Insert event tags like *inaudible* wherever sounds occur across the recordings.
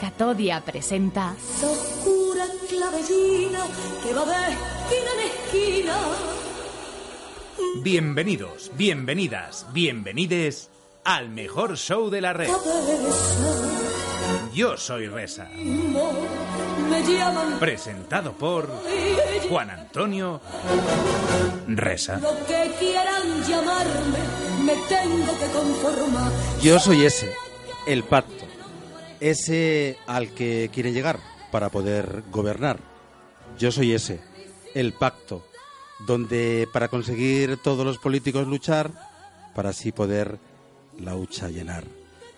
Catodia presenta La oscura clavellina que va de esquina en esquina. Bienvenidos, bienvenidas, bienvenides al mejor show de la red. Cabeza, Yo soy Reza, mo, me llaman presentado por y Juan Antonio Reza. lo que quieran llamarme, me tengo que conformar. Yo soy ese, el pacto. Ese al que quieren llegar para poder gobernar. Yo soy ese, el pacto, donde para conseguir todos los políticos luchar, para así poder la hucha llenar.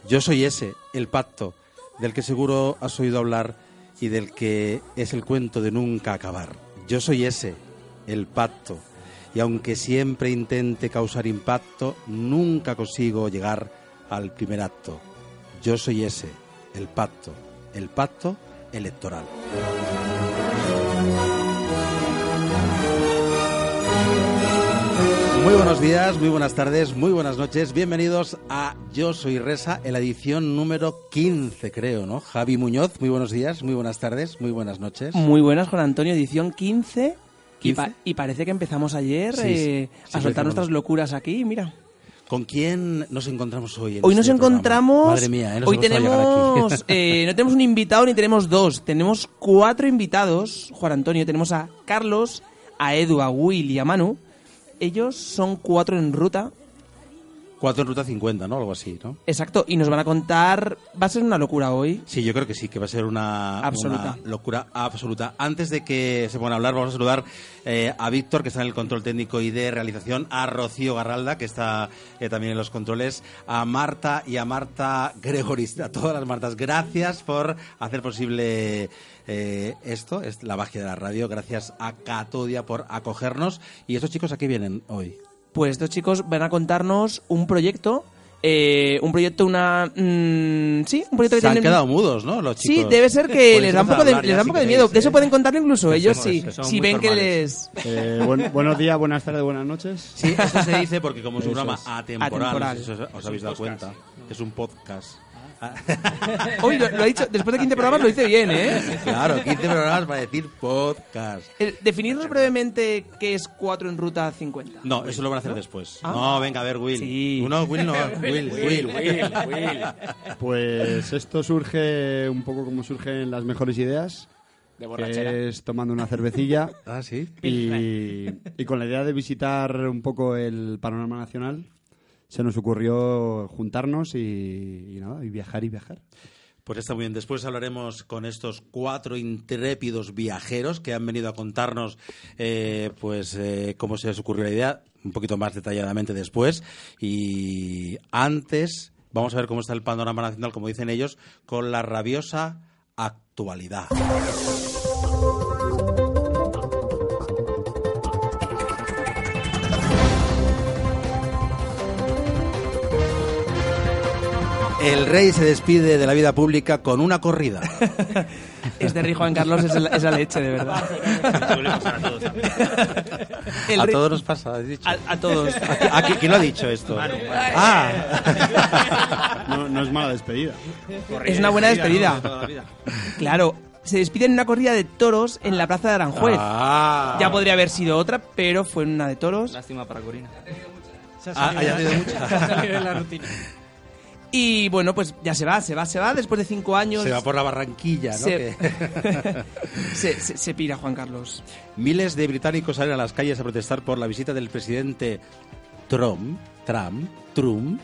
Yo soy ese, el pacto, del que seguro has oído hablar y del que es el cuento de nunca acabar. Yo soy ese, el pacto, y aunque siempre intente causar impacto, nunca consigo llegar al primer acto. Yo soy ese, el pacto, el pacto electoral. Muy buenos días, muy buenas tardes, muy buenas noches. Bienvenidos a Yo Soy Resa, en la edición número 15, creo, ¿no? Javi Muñoz, muy buenos días, muy buenas tardes, muy buenas noches. Muy buenas, Juan Antonio, edición 15. Y, 15. pa- y parece que empezamos ayer Sí, sí. eh, Sí, a empezamos. soltar nuestras locuras aquí, mira. ¿Con quién nos encontramos hoy? en Hoy este nos programa? encontramos... Madre mía, ¿eh? Nos hoy ha costado llegar aquí. *laughs* tenemos... eh, no tenemos un invitado ni tenemos dos, tenemos cuatro invitados, Juan Antonio. Tenemos a Carlos, a Edu, a Will y a Manu. Ellos son cuatro en ruta, Cuatro en ruta 50, ¿no? Algo así, ¿no? exacto, y nos van a contar... Va a ser una locura hoy. Sí, yo creo que sí, que va a ser una, Absoluta. una locura absoluta. Antes de que se pongan a hablar, vamos a saludar eh, a Víctor, que está en el control técnico y de realización, a Rocío Garralda, que está eh, también en los controles, a Marta y a Marta Gregoris, a todas las Martas. Gracias por hacer posible eh, esto, es la magia de la radio. Gracias a Catodia por acogernos. ¿Y estos chicos aquí vienen hoy? Pues estos chicos van a contarnos un proyecto, eh, un proyecto, una... mm, sí, un proyecto que Se han tienen- quedado mudos, ¿no? Los chicos. Sí, debe ser Podéis que les da un empezar poco a de, hablar les ya, da un si poco de queréis, miedo. De eso ¿eh? pueden contarlo incluso ellos, son- sí. que son Si muy ven que formales. les... Eh, buen- buenos días, buenas tardes, buenas noches. Sí, eso se dice porque como es un Eso programa es. atemporal, Atemporal. eso os- os habéis dado cuenta, que es un podcast. *laughs* Hoy lo, lo ha dicho, después de 15 programas lo dice bien, ¿eh? Claro, 15 programas para decir podcast. Eh, Definirnos brevemente qué es 4 en ruta 50. No, eso lo van a hacer después. No, venga, a ver, Will. Sí. No, Will *laughs* no, Will, Will. Pues esto surge un poco como surgen las mejores ideas, De que es tomando una *laughs* cervecilla Ah, sí. y, y con la idea de visitar un poco el panorama nacional, se nos ocurrió juntarnos y, y nada, y viajar y *laughs* viajar. Pues está muy bien. Después hablaremos con estos cuatro intrépidos viajeros que han venido a contarnos eh, pues eh, cómo se les ocurrió la idea, un poquito más detalladamente después. Y antes vamos a ver cómo está el panorama nacional, como dicen ellos, con la rabiosa actualidad. El rey se despide de la vida pública con una corrida. Este rey Juan Carlos es la, es la leche, de verdad. El a rey- todos nos pasa, has dicho. A, a todos. ¿A- a qui- ¿Quién lo ha dicho esto? Ah. *laughs* No, no es mala despedida. Es una buena despedida. Claro, se despiden en una corrida de toros en la plaza de Aranjuez. Ah. Ya podría haber sido otra, pero fue en una de toros. Lástima para Corina. Ah, ya ha tenido mucha. Y bueno, pues ya se va, se va, se va. Después de cinco años. Se va por la barranquilla, ¿no? se- Que- *laughs* se, se- se pira Juan Carlos. Miles de británicos salen a las calles a protestar por la visita del presidente Trump, Trump, Trump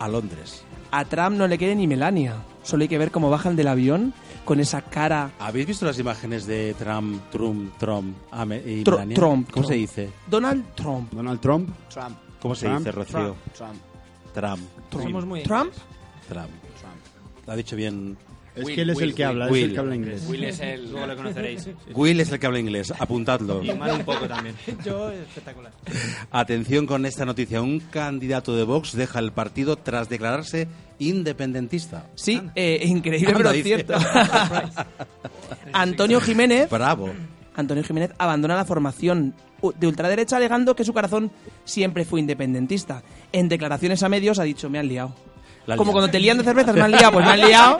a Londres. A Trump no le quiere ni Melania. Solo hay que ver cómo bajan del avión con esa cara. ¿Habéis visto las imágenes de Trump, Trump, Trump ah, me- y Tr- Melania? Trump, ¿Cómo se Trump. dice? Donald Trump. Donald Trump, Trump. ¿Cómo se Trump, dice, Rocío? Trump. Trump, Trump. Somos muy Trump. Trump. Lo ha dicho bien. es Will, que él es Will, el que Will. habla, es el Will. que habla inglés. Will es el. Luego lo conoceréis. Will es el que habla inglés, apuntadlo. Y mal un *laughs* poco también. Atención con esta noticia. Un candidato de Vox deja el partido tras declararse independentista. Sí, eh, *laughs* increíble, Anda, pero dice. cierto. Antonio Jiménez. Bravo. Antonio Jiménez abandona la formación u- de ultraderecha alegando que su corazón siempre fue independentista. En declaraciones a medios ha dicho, me han liado. La han Como liado. cuando te lían de cervezas, me han liado, pues me *laughs* han liado.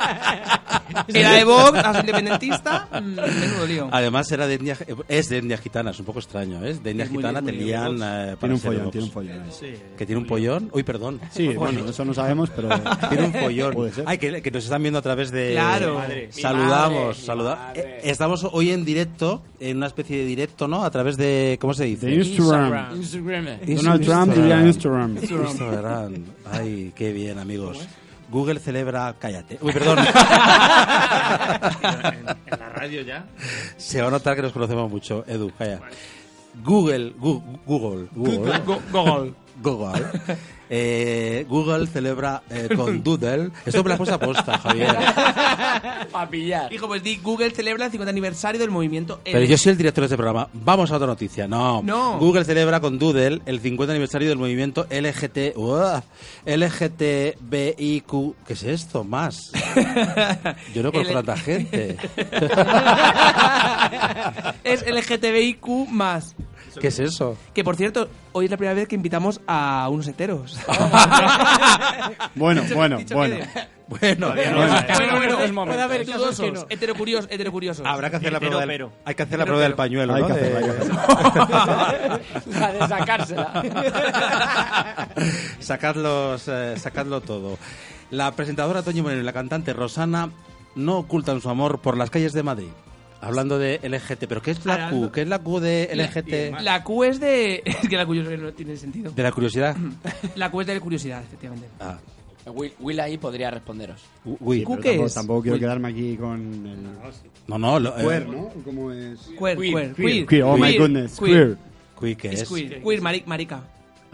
Era de Vox, ahora soy independentista, mm, menudo lío. Además era de etnia, es de etnia gitana, es un poco extraño, ¿eh? Es De etnia Es muy- gitana es muy te de lían Vox. eh, para Tiene un ser follón, Vox. tiene un follón. ahí. ¿Que tiene un pollón? Uy, perdón. Sí, bueno, eso no sabemos, pero... Tiene un follón. Puede ser. Ay, que, que nos están viendo a través de... Claro. Madre, mi saludamos, madre, mi saludamos. madre. Estamos hoy en directo, en una especie de directo, ¿no? A través de... ¿Cómo se dice? De Instagram. Donald Trump diría Instagram. Instagram. Ay, qué bien, amigos. Google celebra... Cállate. Uy, *laughs* perdón. En, en la radio ya. se va a notar que nos conocemos mucho. Edu, calla. Google, Gu- Google, Google, Gogol. Google. Eh, Google celebra eh, con Doodle. Esto me la has puesto a posta, Javier. Hijo, pues di, Google celebra el 50 aniversario del movimiento. Pero yo soy el director de este programa. Vamos a otra noticia. No. No. Google celebra con Doodle el 50 aniversario del movimiento LGT. uah, LGTBIQ. ¿Qué es esto? *laughs* Más. Yo no conozco L- tanta *laughs* gente. *laughs* es LGTBIQ más. ¿Qué es eso? Que por cierto, hoy es la primera vez que invitamos a unos *laughs* heteros. *laughs* Bueno, Dicho- bueno, dicho bueno. quede. Bueno, Bueno, bueno, Es momento. puede haber Dudosos. curiosos, heterocuriosos, heterocuriosos. Habrá que hacer la Hetero, prueba del, pero. hay que hacer la prueba del pañuelo, Hay ¿no? que De- hacerla, hay que hacerla. *laughs* La de sacársela. *laughs* Sacadlos, eh, sacadlo todo. La presentadora Toño Moreno y la cantante Rosana no ocultan su amor por las calles de Madrid. Hablando de LGT, pero ¿qué es la Q? ¿Qué es la Q de LGT? La Q es de... *laughs* Es que la Q yo creo que no tiene sentido. De la curiosidad. La Q es de curiosidad, efectivamente. Ah, Will, Will ahí podría responderos. uy. Q. Pero ¿Qué tampoco, es? tampoco quiero Uy. quedarme aquí con el No, no, lo, eh, queer, ¿no? ¿Cómo es? Queer, queer, queer. Queer, oh my goodness, queer. cui, ¿qué Es es? Ah, queer, queer, mari- marica.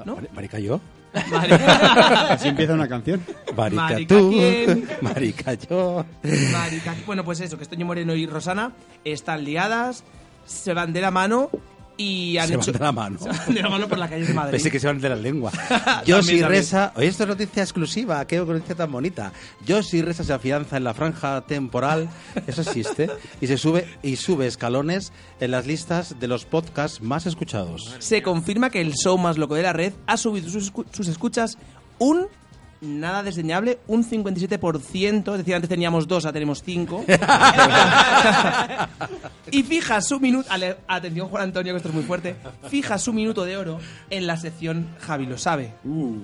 ¿No? Mari- ¿Marica yo? *laughs* Marica. Así empieza *laughs* una canción. Marica, Marica tú. quién. *laughs* Marica yo. Marica. Bueno, pues eso, que Toño Moreno y Rosana están liadas, se van de la mano y han Se van hecho... de la mano. *laughs* Se van de la mano por la *laughs* calle de Madrid. Pensé que se van de la lengua. Josie también. Reza, oye, esto es noticia exclusiva, qué noticia tan bonita. Josie Reza se afianza en la franja temporal, eso existe, y se sube y sube escalones en las listas de los podcasts más escuchados. se confirma que el show más loco de la red ha subido sus, escu- sus escuchas un nada desdeñable, un 57%, es decir, antes teníamos dos, ahora tenemos cinco. y fija su minuto, ale- atención Juan Antonio, que esto es muy fuerte, fija su minuto de oro en la sección Javi lo sabe. Uh,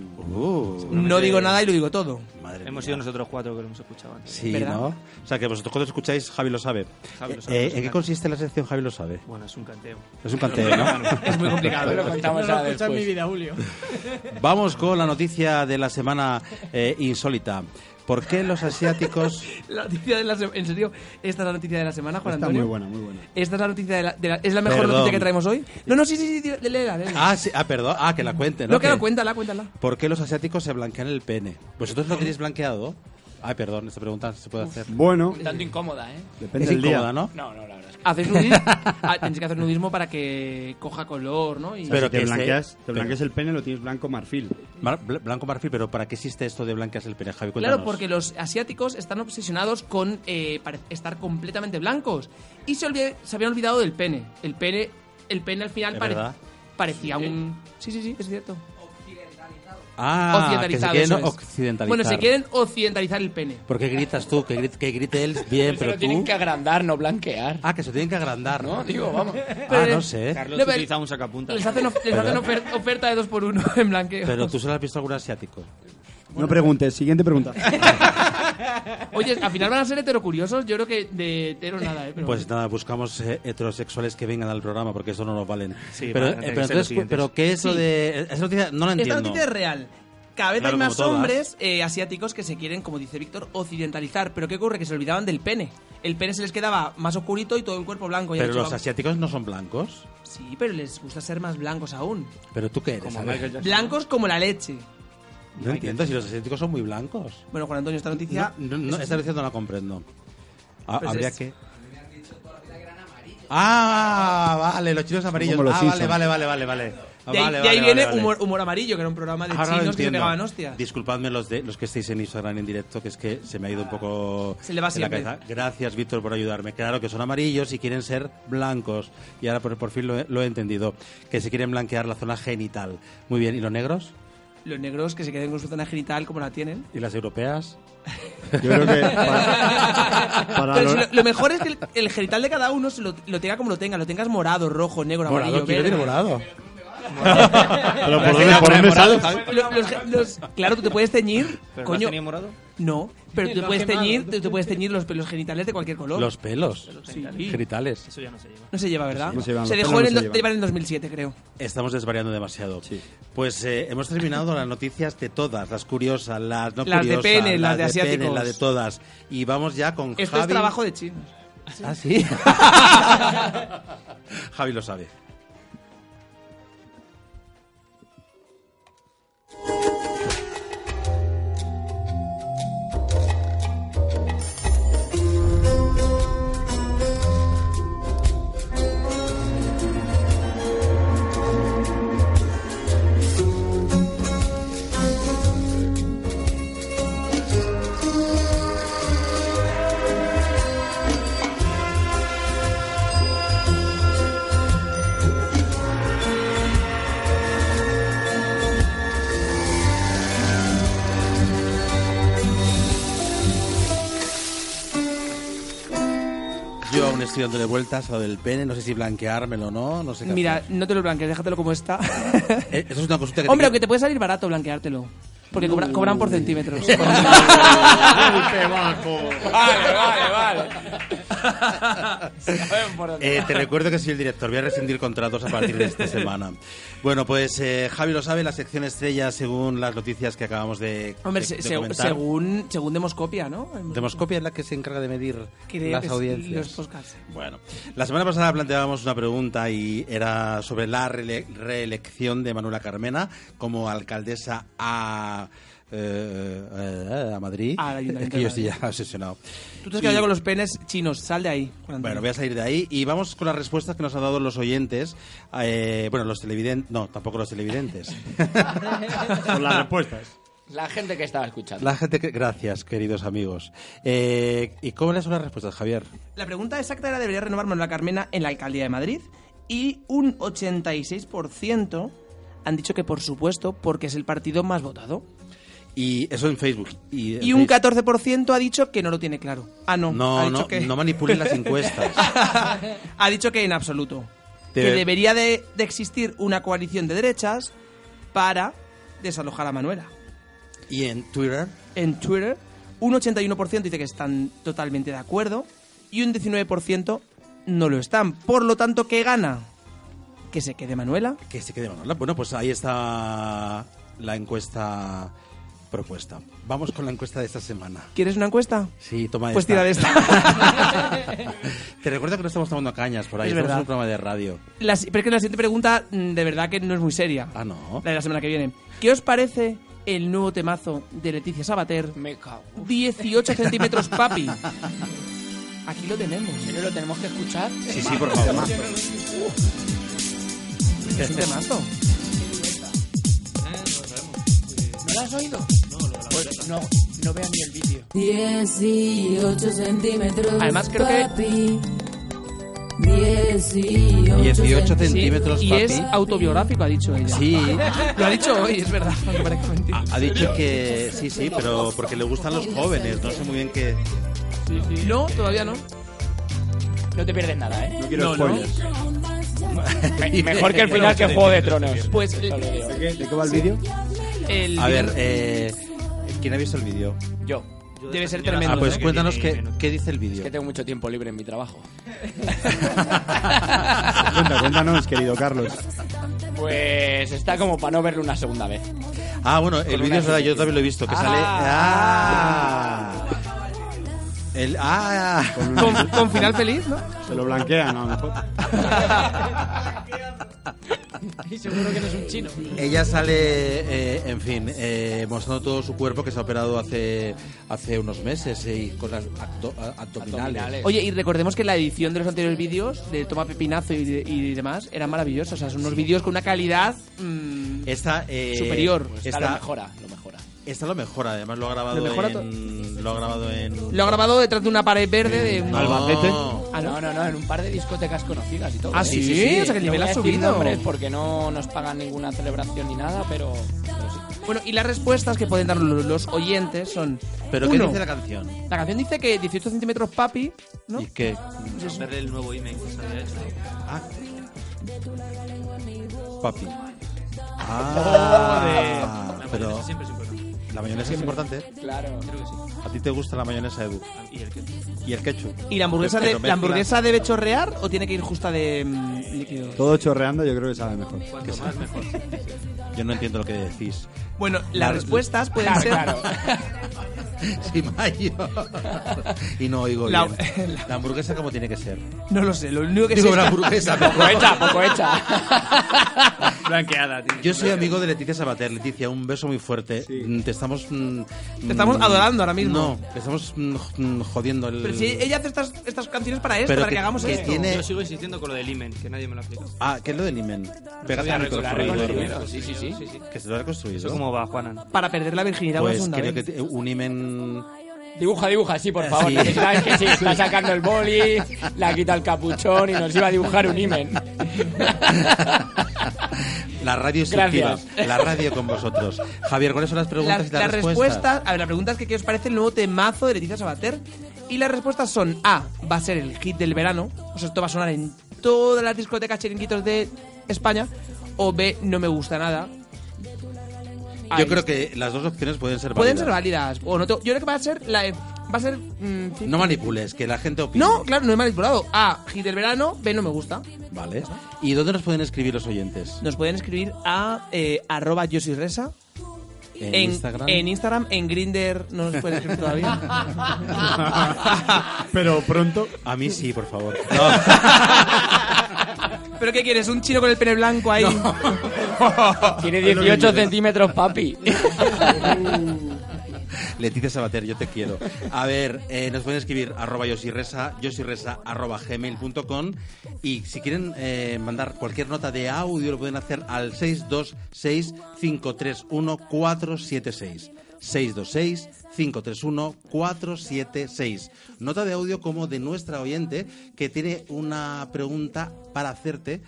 No digo nada y lo digo todo. madre Hemos mía. sido nosotros cuatro que lo hemos escuchado antes. Sí, ¿Verdad? ¿no? O sea, que vosotros cuando escucháis, Javi lo sabe. Javi lo Eh, sabe, eh, es ¿En un qué canteo. consiste la sección Javi lo sabe? Bueno, es un canteo. Es un canteo, ¿no? Es muy complicado. Lo contamos ahora pues. después. Vamos con la noticia de la semana eh, insólita. ¿Por qué los asiáticos... La noticia de la se- en serio, esta es la noticia de la semana, Juan Está Antonio. muy buena, muy buena. Esta es la noticia de la, de la- es la mejor Perdón. noticia que traemos hoy. No, no, sí, sí, sí, sí, léela, léela. Ah, sí, ah, perdón. Ah, que la cuente, ¿no? no, claro, Que- cuéntala, cuéntala. ¿Por qué los asiáticos se blanquean el pene? ¿Vosotros Pues lo tenéis blanqueado? Ay, perdón, esta pregunta se puede hacer. Bueno, Un tanto incómoda, ¿eh? depende Es del día. incómoda, ¿no? No, no, la verdad es que. Haces nudismo. *laughs* ah, tienes que hacer nudismo para que coja color, ¿no? Y- Pero si te que esté- blanqueas, te pero- blanqueas el pene, lo tienes blanco marfil. Mar- bl- blanco marfil, pero ¿para qué existe esto de blanqueas el pene, Javi? claro, Cuéntanos. porque los asiáticos están obsesionados con eh, pare- estar completamente blancos. Y se, olvi- se habían olvidado del pene. El pene, el pene al final ¿Es pare- verdad? parecía un... Sí, sí, sí, es cierto. Ah, que se occidentalizado. quieren eso es. occidentalizar. Bueno, se quieren occidentalizar el pene. ¿Por qué gritas tú? Que grite, que grite él bien, Se pero lo tienen tú... que agrandar, no blanquear. Ah, que se tienen que agrandar. ¿No? Digo, vamos. Ah, Pero- no sé. Carlos No, pero- utiliza un sacapuntas. Les hacen, of- les hacen ofer- oferta de dos por uno *laughs* en blanqueo. Pero tú solo has visto algún asiático. No preguntes, siguiente pregunta. Oye, al final van a ser heterocuriosos. Yo creo que de hetero nada, ¿eh? Pero... Pues nada, buscamos eh, heterosexuales que vengan al programa porque eso no nos valen. Sí, pero, van a eh, pero, tener que ser los entonces, cu- siguientes. pero ¿qué es lo Sí. de...? Esa noticia no la entiendo. Esta noticia es real. Cada vez Claro, hay más como todas. hombres eh, asiáticos que se quieren, como dice Víctor, occidentalizar. Pero ¿qué ocurre? Que se olvidaban del pene. El pene se les quedaba más oscurito y todo el cuerpo blanco. Y han Pero dicho, los "Vamos". asiáticos no son blancos. Sí, pero les gusta ser más blancos aún. ¿Pero tú qué eres? Como A ver. Michael Jackson. Blancos como la leche. No entiendo si los asiáticos son muy blancos. Bueno, Juan Antonio, esta noticia... No, no, no, esta vez no la comprendo. Ah, Pues habría es- que. Ah, vale, los chinos amarillos. Como los Ah, vale, Simpson. vale, vale, vale, vale. Ah, De ahí, vale, de ahí vale, viene vale, vale. Humor, Humor Amarillo, que era un programa de Ahora lo chinos que se entiendo. pegaban hostias. Disculpadme los, de, los que estéis en Instagram en directo, que es que se me ha ido un poco Se le va de la siempre. cabeza. Gracias, Víctor, por ayudarme. Claro que son amarillos y quieren ser blancos. Y ahora por, por fin lo he, lo he entendido. Que se quieren blanquear la zona genital. Muy bien, ¿y los negros? Los negros que se queden con su zona genital como la tienen. ¿Y las europeas? Yo *laughs* creo que para, para Pero lo- si lo, lo mejor es que el, el genital de cada uno se lo, lo tenga como lo tenga. Lo tengas morado, rojo, negro, amarillo, quiero verde. ir morado. Pero por dónde, por dónde sale? Lo- los ge- los- claro, tú te puedes teñir, ¿Pero no has coño. tenido morado? No, pero tú Lo ha puedes quemado. teñir, tú te puedes teñir los pelos genitales de cualquier color. Los pelos. Sí. Genitales. Eso ya no se lleva. No se lleva, ¿verdad? No se llevan, se los dejó pelos en no el, se do- llevan. en el 2007, creo. Estamos desvariando demasiado. Pues eh, hemos terminado las noticias de todas, las curiosas, las no Las de curiosas, pene, las de pene, asiáticos. las de todas. Y vamos ya con Esto Javi. es trabajo de chinos. Ah, *laughs* sí. Javi lo sabe. Yo aún estoy dándole vueltas a lo del pene, no sé si blanqueármelo o no, no sé qué Mira, hacer. no te lo blanquees, déjatelo como está. *laughs* Eh, Eso es una consulta que Hombre, te... aunque te puede salir barato blanqueártelo. Porque cobra- cobran por centímetros. ¡Golpe bajo! Vale, vale, vale. Sabemos por dónde Eh, te recuerdo que soy el director, voy a rescindir contratos a partir de esta semana. Bueno, pues eh, Javi lo sabe, la sección estrella según las noticias que acabamos de, Hombre, de- se- de se- comentar. según, según Demoscopia, ¿no? Demoscopia es la que se encarga de medir Creo las que sí, audiencias. los podcasts. Bueno, la semana pasada planteábamos una pregunta y era sobre la reele- reelección de Manuela Carmena como alcaldesa a, eh, eh, a Madrid. Al Ayuntamiento Es que de yo estoy Madrid. ya *laughs* obsesionado. Tú te has quedado ya con los penes chinos, sal de ahí. Juan Antonio. Bueno, voy a salir de ahí y vamos con las respuestas que nos han dado los oyentes. eh, bueno, los televidentes. No, tampoco los *laughs* televidentes. con las respuestas. La gente que estaba escuchando. La gente que. Gracias, queridos amigos. Eh, ¿Y cómo le son las respuestas, Javier? La pregunta exacta era, ¿debería renovar Manuela Carmena en la alcaldía de Madrid? Y un 86% han dicho que por supuesto, porque es el partido más votado. Y eso en Facebook. Y, en Y un Facebook. 14% ha dicho que no lo tiene claro. Ah, no. ha No, dicho no, que... no manipulen las encuestas. *laughs* ha dicho que en absoluto. Te- Que debería de, de existir una coalición de derechas para desalojar a Manuela. y en Twitter. En Twitter, un 81% dice que están totalmente de acuerdo y un 19% no lo están. Por lo tanto, ¿qué gana? Que se quede Manuela. Que se quede Manuela. Bueno, pues ahí está la encuesta propuesta. Vamos con la encuesta de esta semana. ¿Quieres una encuesta? Sí, toma Pues esta. tira de esta. *laughs* Te recuerdo que no estamos tomando cañas por ahí, Es estamos verdad. en un programa de radio. La si- pero es que la siguiente pregunta mm, de verdad que no es muy seria. Ah, *laughs* no. La de la semana que viene. ¿Qué os parece el nuevo temazo de Leticia Sabater? Me cago. 18 centímetros, papi. Aquí lo tenemos. ¿En serio lo tenemos que escuchar? Sí, sí, por favor. Es *laughs* un temazo. ¿No lo has oído? No, pues no, no vean ni el vídeo. 18 centímetros. Además, creo que- papi. 18, 18 centímetros. centímetros, y papi. es autobiográfico, ha dicho ella. Sí, *laughs* Ah, Lo ha dicho hoy, es verdad. *laughs* aunque parezca mentira. ha dicho que sí, sí, pero porque le gustan los jóvenes, no sé muy bien qué. No, todavía no. No te pierdes nada, ¿eh? No quiero spoilers. Me- mejor *laughs* que el final que Juego de Tronos. Pues Eso lo digo. ¿De qué va el *laughs* vídeo? el A ver, eh, ¿quién ha visto el vídeo? Yo, debe ser Ah, tremendo. pues ¿eh? cuéntanos qué, qué dice el es que vídeo. tengo mucho tiempo libre en mi trabajo. Cuenta, cuéntanos, querido Carlos. Pues está como para no verlo una segunda vez. *laughs* Ah, bueno, el vídeo es verdad, yo también lo he visto, que sale. ¡Ah! El, ¡Ah! Con un- *laughs* Con, con final feliz, ¿no? se lo blanquean a lo mejor. Y seguro que no es un chino. Ella sale, eh, en fin, eh, mostrando todo su cuerpo que se ha operado hace, hace unos meses eh, y con las abdo- a- abdominales. Abdominales. Oye, y recordemos que la edición de los anteriores vídeos, de Toma Pepinazo y, de- y demás, eran maravillosos. O sea, son unos vídeos con una calidad. mm, Esta, eh, Superior. Pues está, lo Esta, mejora, lo mejora. esta lo mejora, además lo ha grabado Lo mejora to- en... Lo ha grabado en... Lo ha grabado detrás de una pared verde de un. No. Ah, no. no, no, no, en un par de discotecas conocidas y todo. ¿eh? Ah, sí, o sea que el No nivel voy ha a decir subido. nombres porque no nos pagan ninguna celebración ni nada, pero, pero sí. Bueno, y las respuestas que pueden dar los, los oyentes son. ¿Pero qué uno, dice la canción? la canción dice que 18 centímetros papi, ¿no? Y que... Ver el nuevo email que se había hecho. Ah. Papi. Ah, La pero mayonesa siempre es importante. la mayonesa es importante. Claro. Creo que sí. ¿A ti te gusta la mayonesa, Edu? Y el que... ¿Y el ketchup? ¿Y la hamburguesa, Pero de, mezcla- la hamburguesa debe chorrear o tiene que ir justa de mm, líquido? Todo chorreando yo creo que sabe mejor. Cuanto más, mejor. Yo no entiendo lo que decís. Bueno, las respuestas pueden ser. Claro. Sí, Mayo. Y no oigo La- Pues bien. La hamburguesa como tiene que ser. *laughs* No lo sé, lo único que sé. Digo, es la que- *laughs* hamburguesa. Poco hecha, poco hecha. *laughs* Blanqueada, tío. Yo soy amigo de Leticia Sabater. Leticia, un beso muy fuerte. Mm, Te estamos... mm, Te estamos mm, adorando ahora mismo. No, te estamos mm, j- mm, jodiendo el... Pero si ella hace estas, estas canciones para esto, Pero para que, que- hagamos que esto. tiene- Yo sigo insistiendo con lo del imen, que nadie me lo ha explicado. Ah, ¿qué es lo del imen? Pégate Voy a al recordar micrófono, con el Eduardo. imen. Sí, sí, sí. sí, sí. Que se lo ha reconstruido. Eso como va, Juanan. Para perder la virginidad una Pues segunda creo vez. que te- un imen. Dibuja, dibuja, sí, por favor. Sí. que sabes que sí, está sacando el boli, la quita el capuchón y nos iba a dibujar un imen. *laughs* la radio instructiva. La radio con vosotros. Javier, ¿cuáles son las preguntas Las, y las, las respuestas, a ver, la pregunta es que qué os parece el nuevo temazo de Leticia Sabater. Y las respuestas son A, va a ser el hit del verano. O sea, esto va a sonar en todas las discotecas chiringuitos de España. O B, no me gusta nada. Ahí. Yo creo que las dos opciones pueden ser pueden ser válidas. válidas. O no te- yo creo que va a ser la E, va a ser mm, sí. No manipules, que la gente opine. No, claro, no he manipulado. A, hit del verano, B no me gusta. Vale. ¿Y dónde nos pueden escribir los oyentes? Nos pueden escribir a eh, arroba yosiresa En, Instagram. En Instagram, en Grinder no nos pueden escribir *laughs* todavía. Pero pronto. A mí sí, por *laughs* favor. ¿Pero qué quieres? ¿Un chino con el pene blanco ahí? Tiene 18 centímetros, papi. Leticia Sabater, yo te quiero. A ver, eh, nos pueden escribir arroba yosirresa, yosirresa arroba gmail.com y si quieren eh, mandar cualquier nota de audio lo pueden hacer al 626-531-476. 626-531-476. Nota de audio como de nuestra oyente que tiene una pregunta para hacerte,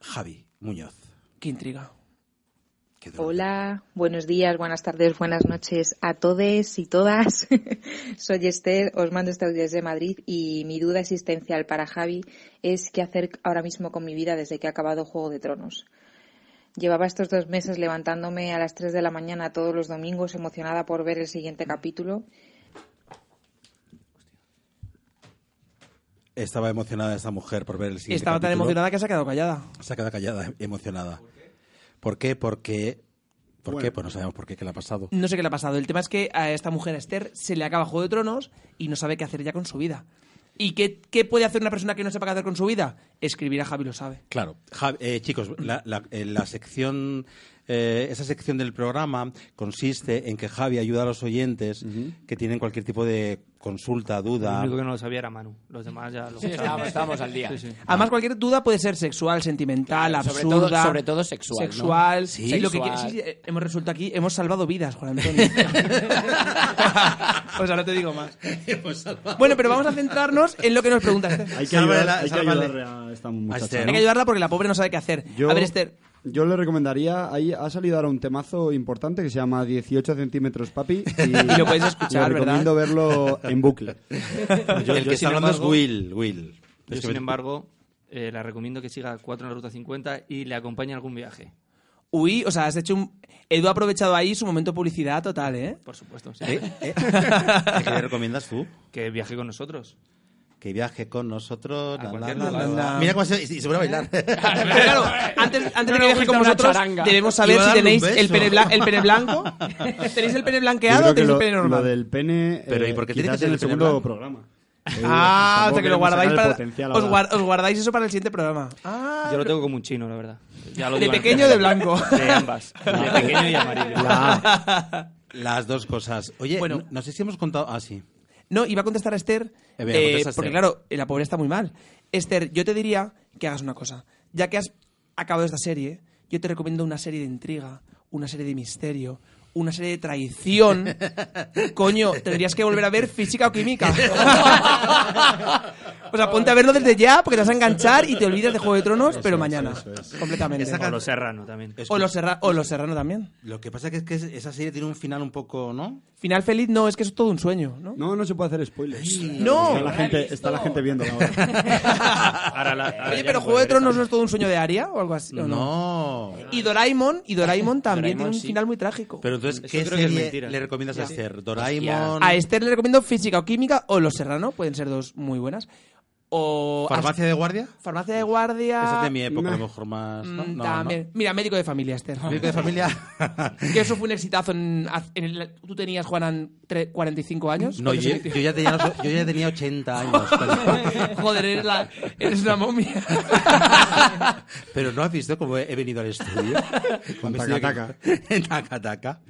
Javi Muñoz. *laughs* qué intriga. Qué dolor. Hola, buenos días, buenas tardes, buenas noches a todos y todas. *laughs* Soy Esther, os mando este audio desde Madrid y mi duda existencial para Javi es qué hacer ahora mismo con mi vida desde que ha acabado Juego de Tronos. Llevaba estos dos meses levantándome a las 3 de la mañana todos los domingos emocionada por ver el siguiente capítulo Estaba emocionada esta mujer por ver el siguiente Estaba tan capítulo. emocionada que se ha quedado callada. Se ha quedado callada, emocionada. ¿Por qué? Porque. ¿Por qué? Pues no sabemos por qué, que le ha pasado. No sé qué le ha pasado. El tema es que a esta mujer, a Esther, se le acaba Juego de Tronos y no sabe qué hacer ya con su vida. ¿Y qué, qué puede hacer una persona que no sepa qué hacer con su vida? Escribir a Javi lo sabe. Claro, Ja- eh, chicos, la, la- eh, la sección, eh, esa sección del programa consiste en que Javi ayuda a los oyentes que tienen cualquier tipo de consulta, Lo duda. único que no lo sabía era Manu. Los demás ya lo Sí, estábamos, estábamos al día. Sí, sí. Además, cualquier duda puede ser sexual, sentimental, Claro, sobre absurda. todo- sobre todo sexual, ¿no? Sexual. Sí. sí, lo que Sexual. quieras. Sí, eh, hemos resuelto aquí, hemos salvado vidas, Juan Antonio. *laughs* o sea, no te digo más. *laughs* Bueno, pero vamos a centrarnos en lo que nos preguntas. Hay que, Sálvale ayudar- la- hay que sálvale. ayudarle a esta A muchacha. Esther. ¿no? Hay que ayudarla porque la pobre no sabe qué hacer. A ver, Esther. Yo le recomendaría, ahí ha salido ahora un temazo importante que se llama 18 centímetros papi y, Y lo podéis escuchar, lo recomiendo verlo en bucle. Yo- el yo, que sin está hablando embargo- es Will. Will. Yo, Es que sin me- *laughs* embargo, eh, la recomiendo que siga 4 en la ruta 50 y le acompañe a algún viaje. Uy, o sea, has hecho un. Edu ha aprovechado ahí su momento de publicidad total, *laughs* ¿eh? Por supuesto. sí. ¿Eh? ¿Eh? ¿Qué le recomiendas tú? Que viaje con nosotros. Que viaje con nosotros. la, A la, cualquier la, la, lugar. la. Mira cómo se, y se pone a bailar. *laughs* Pero claro, *laughs* antes, antes No de que nos viaje gusta con una vosotros, charanga. debemos saber Iba a si darle un tenéis el beso. pene, blan- el pene *laughs* blanco. ¿Tenéis el pene Yo blanqueado o creo que tenéis lo, el pene lo normal? del pene eh, Pero, ¿y por qué tiene quizás que ser el en el pene segundo blanco? programa. Ah, o tampoco sea que lo queremos guardáis sacar el para. potencial Os, ahora. guar- os guardáis eso para el siguiente programa. Ah, Yo lo tengo como un chino, la verdad. Ya lo De digo antes. pequeño o de *laughs* blanco. *laughs* De *laughs* ambas. De pequeño y amarillo. Las dos cosas. Oye, Bueno. no, no sé si hemos contado. Ah, sí. No, iba a contestar a Esther. Eh, venga, eh, contesta a porque, Esther. claro, eh, la pobre está muy mal. Esther, yo te diría que hagas una cosa. Ya que has acabado esta serie, yo te recomiendo una serie de intriga, una serie de misterio, una serie de traición. *laughs* Coño, tendrías que volver a ver física o química. o sea, ponte a verlo desde ya porque te vas a enganchar y te olvidas de Juego de Tronos, pero mañana. Completamente. Esa O los serrano también. O los, serra- o los Serrano también. Lo que pasa que es que es- esa serie tiene un final un poco, ¿no? Final feliz, no, es que es todo un sueño, ¿no? No, no se puede hacer spoilers. No. Está la gente, está la gente viendo *laughs* ahora. Ahora la- ahora Ah, Oye, ya pero no Juego puede de ver Tronos no esa. es todo un sueño de Aria o algo así. ¿o No. Y Doraemon, *laughs* y Doraemon también Doraemon, tiene un sí. final muy trágico. Pero entonces, Eso ¿qué creo que es serie mentira. le recomiendas a Esther? Doraemon, A Esther le recomiendo Física o Química o Los Serrano, pueden ser dos muy buenas. O Farmacia de Guardia. As- Farmacia de Guardia. Esa es de mi época, a no. lo mejor más. mm, ¿no? No, también. Mira, Médico de Familia, Esther. *laughs* ¿no? Médico de familia. que eso fue un exitazo. En, en el- tú tenías, Juanan, tre- 45 años. No, ¿Cuántos yo, años? yo ya tenía, los- yo ya tenía 80 años. *laughs* Pero, *laughs* Joder, eres, la- eres una momia. *laughs* pero no has visto cómo he, he venido al estudio. *laughs* Con Me estoy aquí- taca-taca. En *laughs* taca-taca.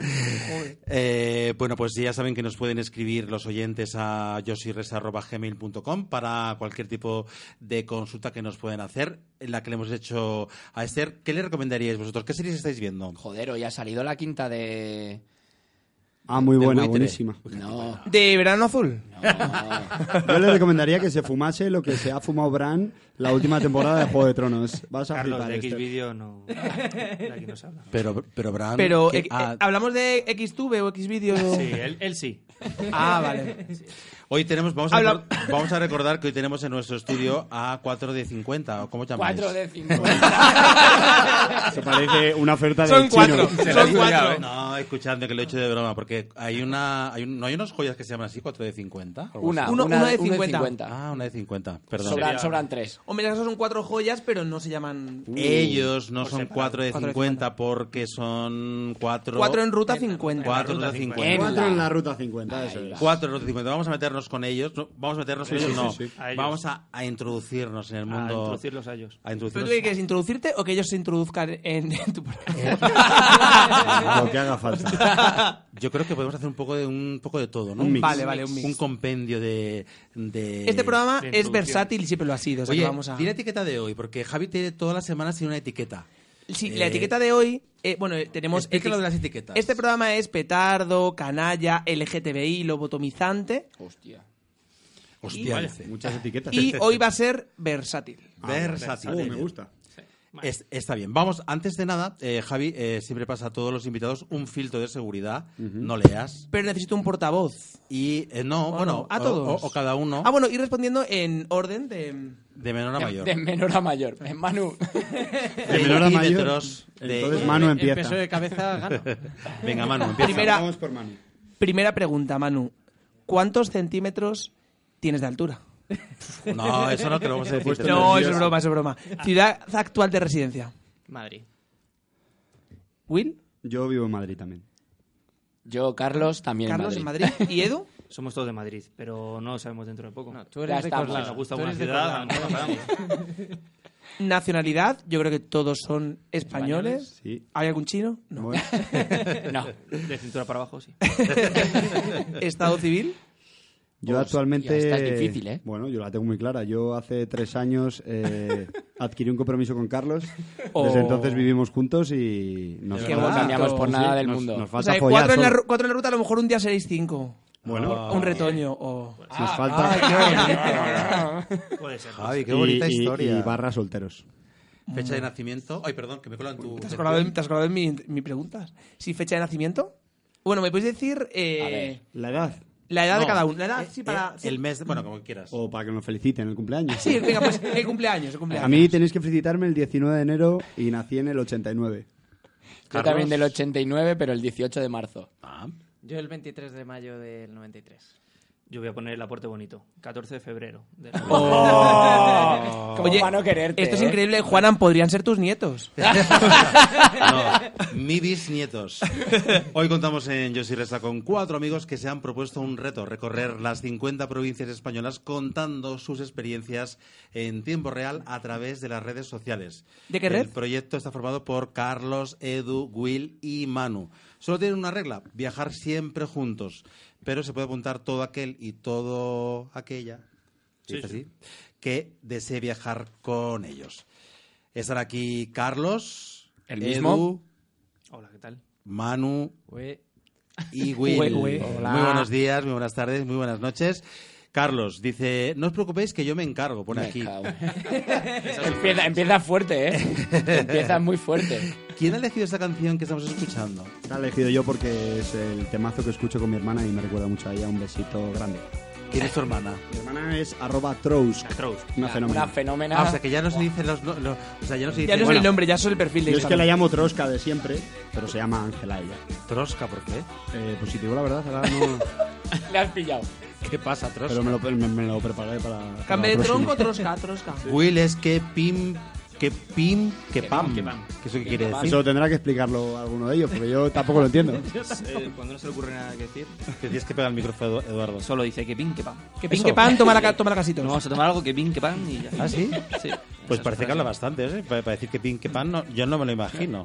Eh, bueno, pues ya saben que nos pueden escribir los oyentes a yosires.gmail.com para cualquier tipo de consulta que nos pueden hacer. La que le hemos hecho a Esther, ¿qué le recomendaríais vosotros? ¿Qué series estáis viendo? Joder, hoy ha salido la quinta de... Ah, muy Del buena, buitre. buenísima. No, De verano azul. no. Yo le recomendaría que se fumase lo que se ha fumado Bran la última temporada de Juego de Tronos. Vas a Carlos, flipar. de X Esther. *laughs* vídeo no. De aquí no se habla. Pero, pero Bran. Pero, ¿qué- eh, eh, ah, ¿hablamos de XTube o Xvideo? Sí, él, él sí. Ah, *laughs* vale. *laughs* Hoy tenemos, vamos a, Habla- recor- vamos a recordar que hoy tenemos en nuestro estudio a 4 de 50, o cómo llamáis. *laughs* 4 de 50. *laughs* Se parece una oferta de Son cuatro. Son Cuidado, cuatro. ¿eh? No, escuchando que lo he hecho de broma, porque hay una, hay un- no hay unas joyas que se llaman así, 4 de 50. Algo Una, Uno- una, uno de uno 50. Ah, una de 50, perdón. Sobran, sobran tres. Hombre, esas son cuatro joyas, pero no se llaman. Ellos no son 4 de Cuatro de 50 porque son 4... Cuatro en ruta 50. 4 de 50. En- Cuatro en la ruta 50, eso es. 4 de 50. Vamos a meternos con ellos. no, vamos a meternos con ellos, no. sí, sí. A ellos. Vamos a, a introducirnos en el A mundo. introducir los ayos. A ¿Pero introducirnos. tú qué quieres introducirte o que ellos se introduzcan en, en tu programa? *laughs* Lo que haga falta. Yo creo que podemos hacer un poco de un poco de todo, ¿no? Un mix. Vale, vale, un mix. compendio de, Eh, de- Este programa de es introducción. versátil y siempre lo ha sido. o sea que Oye, vamos a... di la etiqueta de hoy, porque Javi tiene todas las semanas tiene una etiqueta. Sí, la Eh, etiqueta de hoy. eh, bueno, eh, tenemos. Explica etis- lo de las etiquetas. Este programa es petardo, canalla, LGTBI, lobotomizante. Hostia. Hostia, Vaya. dice. Muchas etiquetas. *laughs* Y hoy va a ser versátil. Versátil. Uh, me gusta. Es- está bien. Vamos, antes de nada, eh, Javi eh, siempre pasa a todos los invitados un filtro de seguridad, no leas. Pero necesito un portavoz. Y eh, no, ¿O bueno, no? a o- todos. O, o cada uno Ah, bueno, ir respondiendo en orden de. de menor a mayor. De menor a mayor. Eh, Manu. De menor a mayor. De- Entonces Manu El empieza. peso de cabeza gana. Venga, Manu, empieza. Primera, Vamos por Manu. primera pregunta, Manu. ¿Cuántos centímetros tienes de altura? No, eso no te lo vamos a decir. *laughs* No, es broma, es broma. Ciudad actual de residencia. Madrid. Will, Yo vivo en Madrid también. Yo, Carlos, también Carlos en en Madrid. Madrid. ¿Y *laughs* Edu? Somos todos de Madrid, pero no lo sabemos dentro de poco. Pues tú eres de Coslada. Si nos gusta Tú una eres de ciudad, a lo mejor no sabemos. Nacionalidad, yo creo que todos son españoles. Sí. ¿Hay algún chino? No. Bueno, *laughs* No. De cintura para abajo, sí. Estado civil, yo Hostia, actualmente. esta es difícil, ¿eh? Bueno, yo la tengo muy clara. Yo hace tres años eh, adquirí un compromiso con Carlos. Oh. Desde entonces vivimos juntos y nos Qué no bonito. cambiamos por nada del nos- mundo. Nos o falta sea, follar cuatro en, la, solo. ru- cuatro en la ruta, a lo mejor un día seréis cinco. Bueno, un retoño. O... nos falta. Puede ser. Javi, qué y- bonita y- historia. Y barra solteros. Fecha de nacimiento. Ay, perdón, que me colan tu. Eh, ¿Te has acordado de, te has acordado de mi, mi pregunta? ¿Sí, fecha de nacimiento? Bueno, me podéis decir eh, A ver. La edad. la edad de No. cada uno. La edad, Eh, sí, para. eh, sí. El mes, de- bueno, como quieras. O para que nos feliciten el cumpleaños. Sí, venga, pues el cumpleaños, el cumpleaños. A mí tenéis que felicitarme el 19 de enero y nací en el 89. Yo Carlos. también del 89, pero el 18 de marzo. Ah. Yo el 23 de mayo del 93. Yo voy a poner el aporte bonito. 14 de febrero. de- Oh. *laughs* Como Oye, para no quererte. Esto es ¿eh? increíble, Juanan, podrían ser tus nietos. No, mi bisnietos. Hoy contamos en Yo soy Resta con cuatro amigos que se han propuesto un reto, recorrer las 50 provincias españolas contando sus experiencias en tiempo real a través de las redes sociales. ¿De qué El red? proyecto está formado por Carlos, Edu, Will y Manu. Solo tienen una regla, viajar siempre juntos, pero se puede apuntar todo aquel y todo aquella Sí, dice sí. así, que desee viajar con ellos. Estará aquí Carlos, El Edu, mismo. Hola, ¿qué tal? Manu Ué. *laughs* y Will. Ué, ué. Muy buenos días, muy buenas tardes, muy buenas noches. Carlos dice, no os preocupéis que yo me encargo, pone aquí. *laughs* empieza, empieza fuerte, ¿eh? empieza muy fuerte. ¿Quién ha elegido esta canción que estamos escuchando? La he elegido yo porque es el temazo que escucho con mi hermana y me recuerda mucho a ella. Un besito grande. ¿Quién es tu hermana? Mi hermana es arroba trousk. Una fenómena. Una fenómena. Ah, o sea que ya no se dicen los, no- no- o sea, ya no se Ya dice no es bueno, el nombre, ya es el perfil de Yo es que Instagram. la llamo Troska de siempre, pero se llama Ángela ella. Trosca, ¿por qué? Eh, pues si te digo la verdad, ahora no... *laughs* Le has pillado. ¿Qué pasa, Trosca? *laughs* Pero me lo, me, me lo preparé para... para Cambia de la próxima. tronco, trosca, trosca. Will es que pim, que pim, que pam. que pam. ¿Qué eso qué quiere decir? Ah, Eso tendrá que explicarlo alguno de ellos, porque yo tampoco lo *laughs* entiendo. *laughs* Eh, cuando no se le ocurre nada que decir, Te tienes que pegar el micrófono, Eduardo. solo dice que pin, que pam. Que pin, que pan, toma la, ca- toma la casito. Nos vamos a tomar algo que pin, que pam y ya. ¿Ah, sí? Sí. Pues parece Esa frase. que habla bastante, ¿eh? Para, para decir que pin, que pan, no, yo no me lo *laughs* imagino.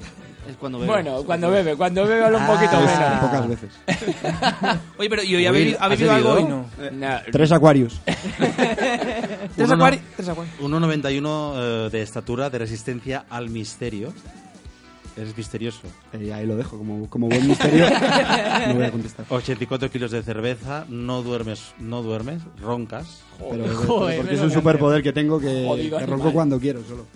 Es cuando bebe. Bueno, cuando bebe, cuando bebe habla un poquito Ah. Pues, menos. Pocas veces. Oye, pero ¿y hoy ha Will, bebido, ha ¿has bebido algo hoy? bebido? No. No, Tres acuarios. Tres Uno no. acuari- tres acuari- 1,91 eh, de estatura, de resistencia al misterio. Es misterioso. Eh, ahí lo dejo, como, como buen misterio. *laughs* no voy a contestar. 84 kilos de cerveza, no duermes, no duermes, roncas. Pero, pero Joder, porque es un menuda superpoder que tengo que, Jodido que animal. rompo cuando quiero solo.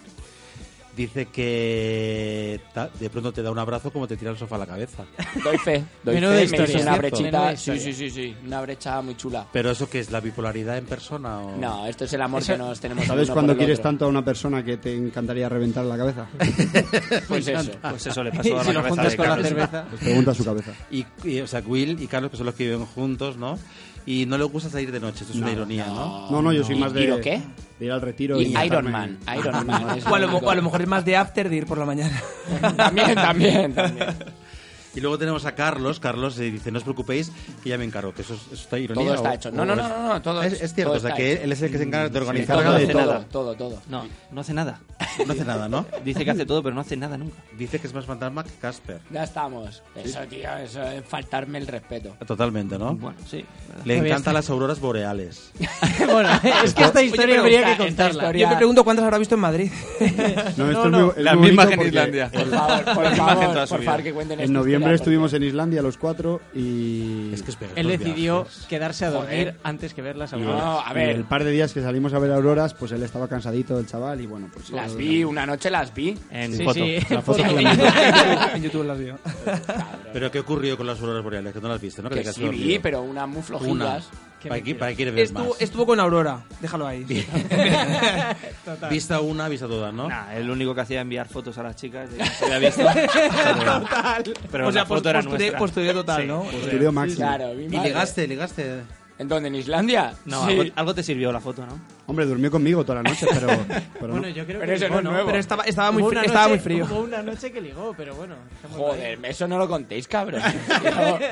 Dice que ta- de pronto te da un abrazo como te tira el sofá a la cabeza. Doy fe, doy Menuda fe, historia, me hizo una ¿cierto? brechita. Menuda Sí, historia. sí, sí, sí, una brecha muy chula. ¿Pero eso qué es? ¿La bipolaridad en persona? O... No, esto es el amor que nos tenemos. el ¿Sabes uno cuando por el quieres otro. tanto a una persona que te encantaría reventar la *laughs* cabeza? *laughs* Pues eso. Pues eso *laughs* le pasó a la Si lo cabeza juntas de con la Carlos. cerveza. Pues pregunta a su cabeza. Y, y, o sea, Will y Carlos, que son los que viven juntos, ¿no? Y no les gusta salir de noche, esto es una ironía, ¿no? No, no, yo soy más de. ¿Tiro qué? De ir al retiro Y y. Iron matarme. Man, Iron *laughs* Man. es O a, lo, lo único. o a lo mejor es más de after de ir por la mañana. *laughs* También, también, también. *laughs* Y luego tenemos a Carlos, Carlos eh, dice, no os preocupéis, que ya me encargo, que eso, es- eso está ironía. Todo o- está hecho. o No, no, es- no, no, no, todo es, es cierto, todo o sea está que hecho. él es el que se encarga de organizar Todo, de todo, todo. todo, todo. No, no hace nada. No hace nada, ¿no? Dice que hace todo, pero no hace nada nunca. Dice que es más fantasma que Casper. Ya estamos. Eso, tío, eso es faltarme el respeto. Totalmente, ¿no? Bueno, sí. ¿verdad? Le encantan las auroras boreales. *laughs* *laughs* bueno, es que esta historia pero habría esta- que esta contarla. historia- Yo me pregunto cuántas habrá visto en Madrid. No, esto es muy, es La muy misma bonito que en porque Islandia. Por favor, por *laughs* imagen toda favor, su por vida. favor que cuenten En noviembre estuvimos en Islandia los cuatro y. Es que es peor, Él los decidió viajes. quedarse a dormir antes que ver las y auroras. el- No, a y ver. el par de días que salimos a ver auroras, pues él estaba cansadito, el chaval, y bueno, pues. Las yo- vi, una noche las vi. En Sí, foto. sí. *laughs* La foto que en me- YouTube- en YouTube las vio. Pero ¿qué ocurrió con las auroras boreales? Que no las viste, ¿no? Que te has sí vi, dormido. pero unas muy Una. flojillas. ¿Para qué, para qué quieres ver Estuvo, más? estuvo con Aurora, déjalo ahí. *laughs* Vista una, vista todas, ¿no? Nah, el único que hacía era enviar fotos a las chicas de que se había visto. Pero- Pero o sea, la foto era postureo- nuestra. postureo total, Sí, ¿no? Estudio máximo. Claro, mi Y madre. ligaste, ligaste. ¿En dónde? ¿En Islandia? No, Sí. algo, algo te sirvió la foto, ¿no? Hombre, durmió conmigo toda la noche, pero. pero Bueno, no. yo creo Pero que eso no ligó, es nuevo. Pero estaba, estaba, muy, Hubo fri- una estaba muy noche- frío. Hubo una noche que ligó, pero bueno. dejémoslo ahí. Joder, eso no lo contéis, cabrón.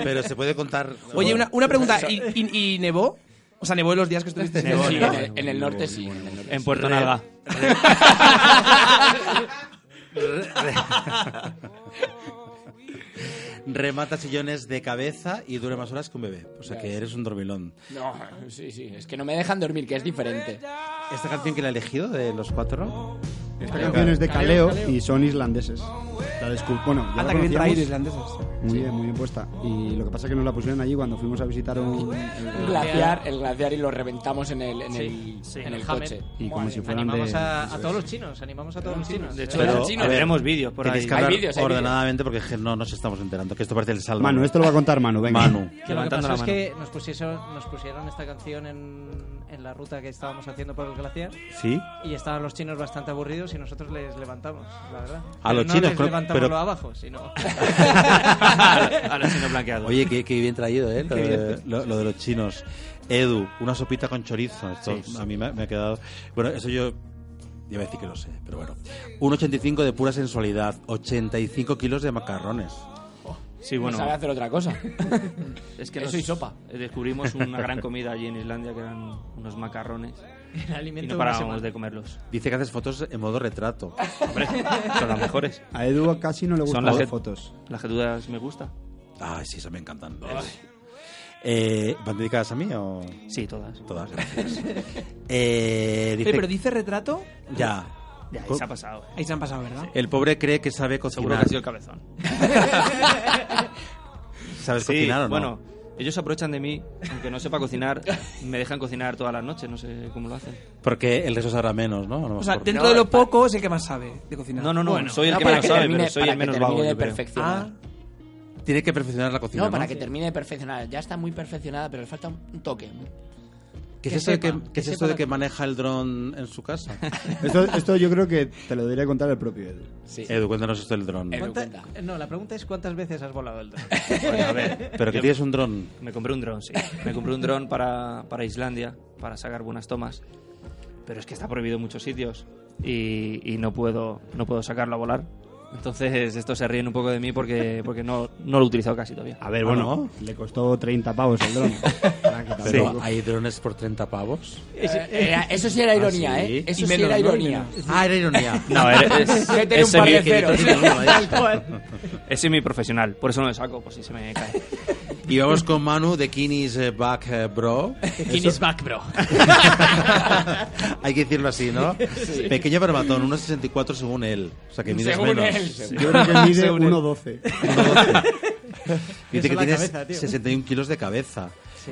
Pero se puede contar. Oye, una, una pregunta. ¿Y, y, y nevó? O sea, nevó en los días que estuviste. Nevó, Sí, nevó. en, el, en el norte sí. en el norte En sí. Puerto Nalga. Remata sillones de cabeza y dura más horas que un bebé. O sea que eres un dormilón. No, *laughs* sí, sí. Es que no me dejan dormir, que es diferente. ¿Esta canción que la ha elegido de los cuatro? Esta canción es de Caleo, y son islandeses. La descubrí. Bueno, ya la Anda, que bien conocíamos. traído islandeses. Muy bien, muy bien puesta. Y lo que pasa es que nos la pusieron allí cuando fuimos a visitar un. El glaciar, el glaciar y lo reventamos en el, en el, sí, en el Hammond. coche. Y como si fueran Animamos de- a, a eso todos es. los chinos, animamos a todos los chinos. De hecho, ¿eh? Pero, chino, a ver, tenemos vídeos por tenéis ahí. que Hay hablar vídeos, hay ordenadamente porque je, no nos estamos enterando. Que esto parece el salmo. Manu, esto lo va a contar Manu, venga. Manu. Que lo que Levantando pasó es la que nos pusieron, nos pusieron esta canción en, en la ruta que estábamos haciendo por el glaciar ¿Sí? y estaban los chinos bastante aburridos y nosotros les levantamos, la verdad. A los no chinos, les creo- levantamos *laughs* pero- lo abajo, sino... *laughs* Ahora sí no blanqueado. Oye, qué, qué bien traído, ¿eh? Lo, Qué de- bien. lo- lo de los chinos. Edu, una sopita con chorizo. Esto Sí. a mí me, me ha quedado. Bueno, eso yo. Yo iba a decir que lo sé, pero bueno. Un 85 de pura sensualidad, 85 kilos de macarrones. Sí, bueno. No sabe hacer otra cosa. Es que Eso nos- y sopa. Descubrimos una gran comida allí en Islandia que eran unos macarrones. El alimento de y no una parábamos semana. de comerlos. Dice que haces fotos en modo retrato. Hombre, son las mejores. A Edu casi no le gustan Son las las que- fotos. Las dudas me gusta. Ay, sí, se me encantan. Eh, ¿Van dedicadas a mí o...? Sí, todas. Todas, gracias. Eh, dice- Eh, pero dice retrato. Ya. Ya, ahí se ha pasado. eh. Ahí se han pasado, ¿verdad? El pobre cree que sabe Seguro cocinar. que ha sido el cabezón. ¿Sabes Sí, cocinar o no? Bueno, ellos se aprovechan de mí, aunque no sepa cocinar, me dejan cocinar todas las noches, no sé cómo lo hacen. Porque el resto sabrá menos, ¿no? A lo O sea, mejor. dentro de lo poco es el que más sabe de cocinar. eh, No, no, no, Bueno, soy el no, que para menos que sabe, termine- pero soy para que el menos termine vago. de yo Ah. creo. perfeccionar. Tiene que perfeccionar la cocina, no, ¿no? para que termine de perfeccionar. Ya está muy perfeccionada, pero le falta un un toque. ¿Qué es que eso de que, sepa, qué que es eso sepa de la- que maneja el dron en su casa? *laughs* Esto, esto yo creo que te lo debería contar el propio Edu. Sí. Edu, cuéntanos esto del dron. Edu. ¿Cuánta- cuenta. No, la pregunta es cuántas veces has volado el dron. Bueno, a ver, Pero que yo tienes un dron. Me compré un dron, sí. Me compré un dron para, para Islandia, para sacar buenas tomas. Pero es que está prohibido en muchos sitios y, y no, puedo, no puedo sacarlo a volar. Entonces, estos se ríen un poco de mí porque, porque no, no lo he utilizado casi todavía. A ver, Ah, bueno, le costó 30 pavos el dron. Ah, Pero hay drones por 30 pavos. Eh, Era- eso sí era ironía, Ah, sí. ¿eh? Eso Y sí menos, era ¿no? Y ironía. Ah, era *laughs* ironía. *laughs* No, es, es, Que tiene es un par de semi- ceros. ¿eh? Tal cual. es semi-profesional, por eso no lo saco, por si se me cae. Y vamos con Manu de Kinis eh, Back eh, Bro. ¿Quién es back, bro? *laughs* Hay que decirlo así, ¿no? Pequeño pero matón, 1,64 según él. O sea, que mides Según menos. él. Sí. Yo creo que mide 1.12. Dice que la tienes cabeza, tío. 61 kilos de cabeza.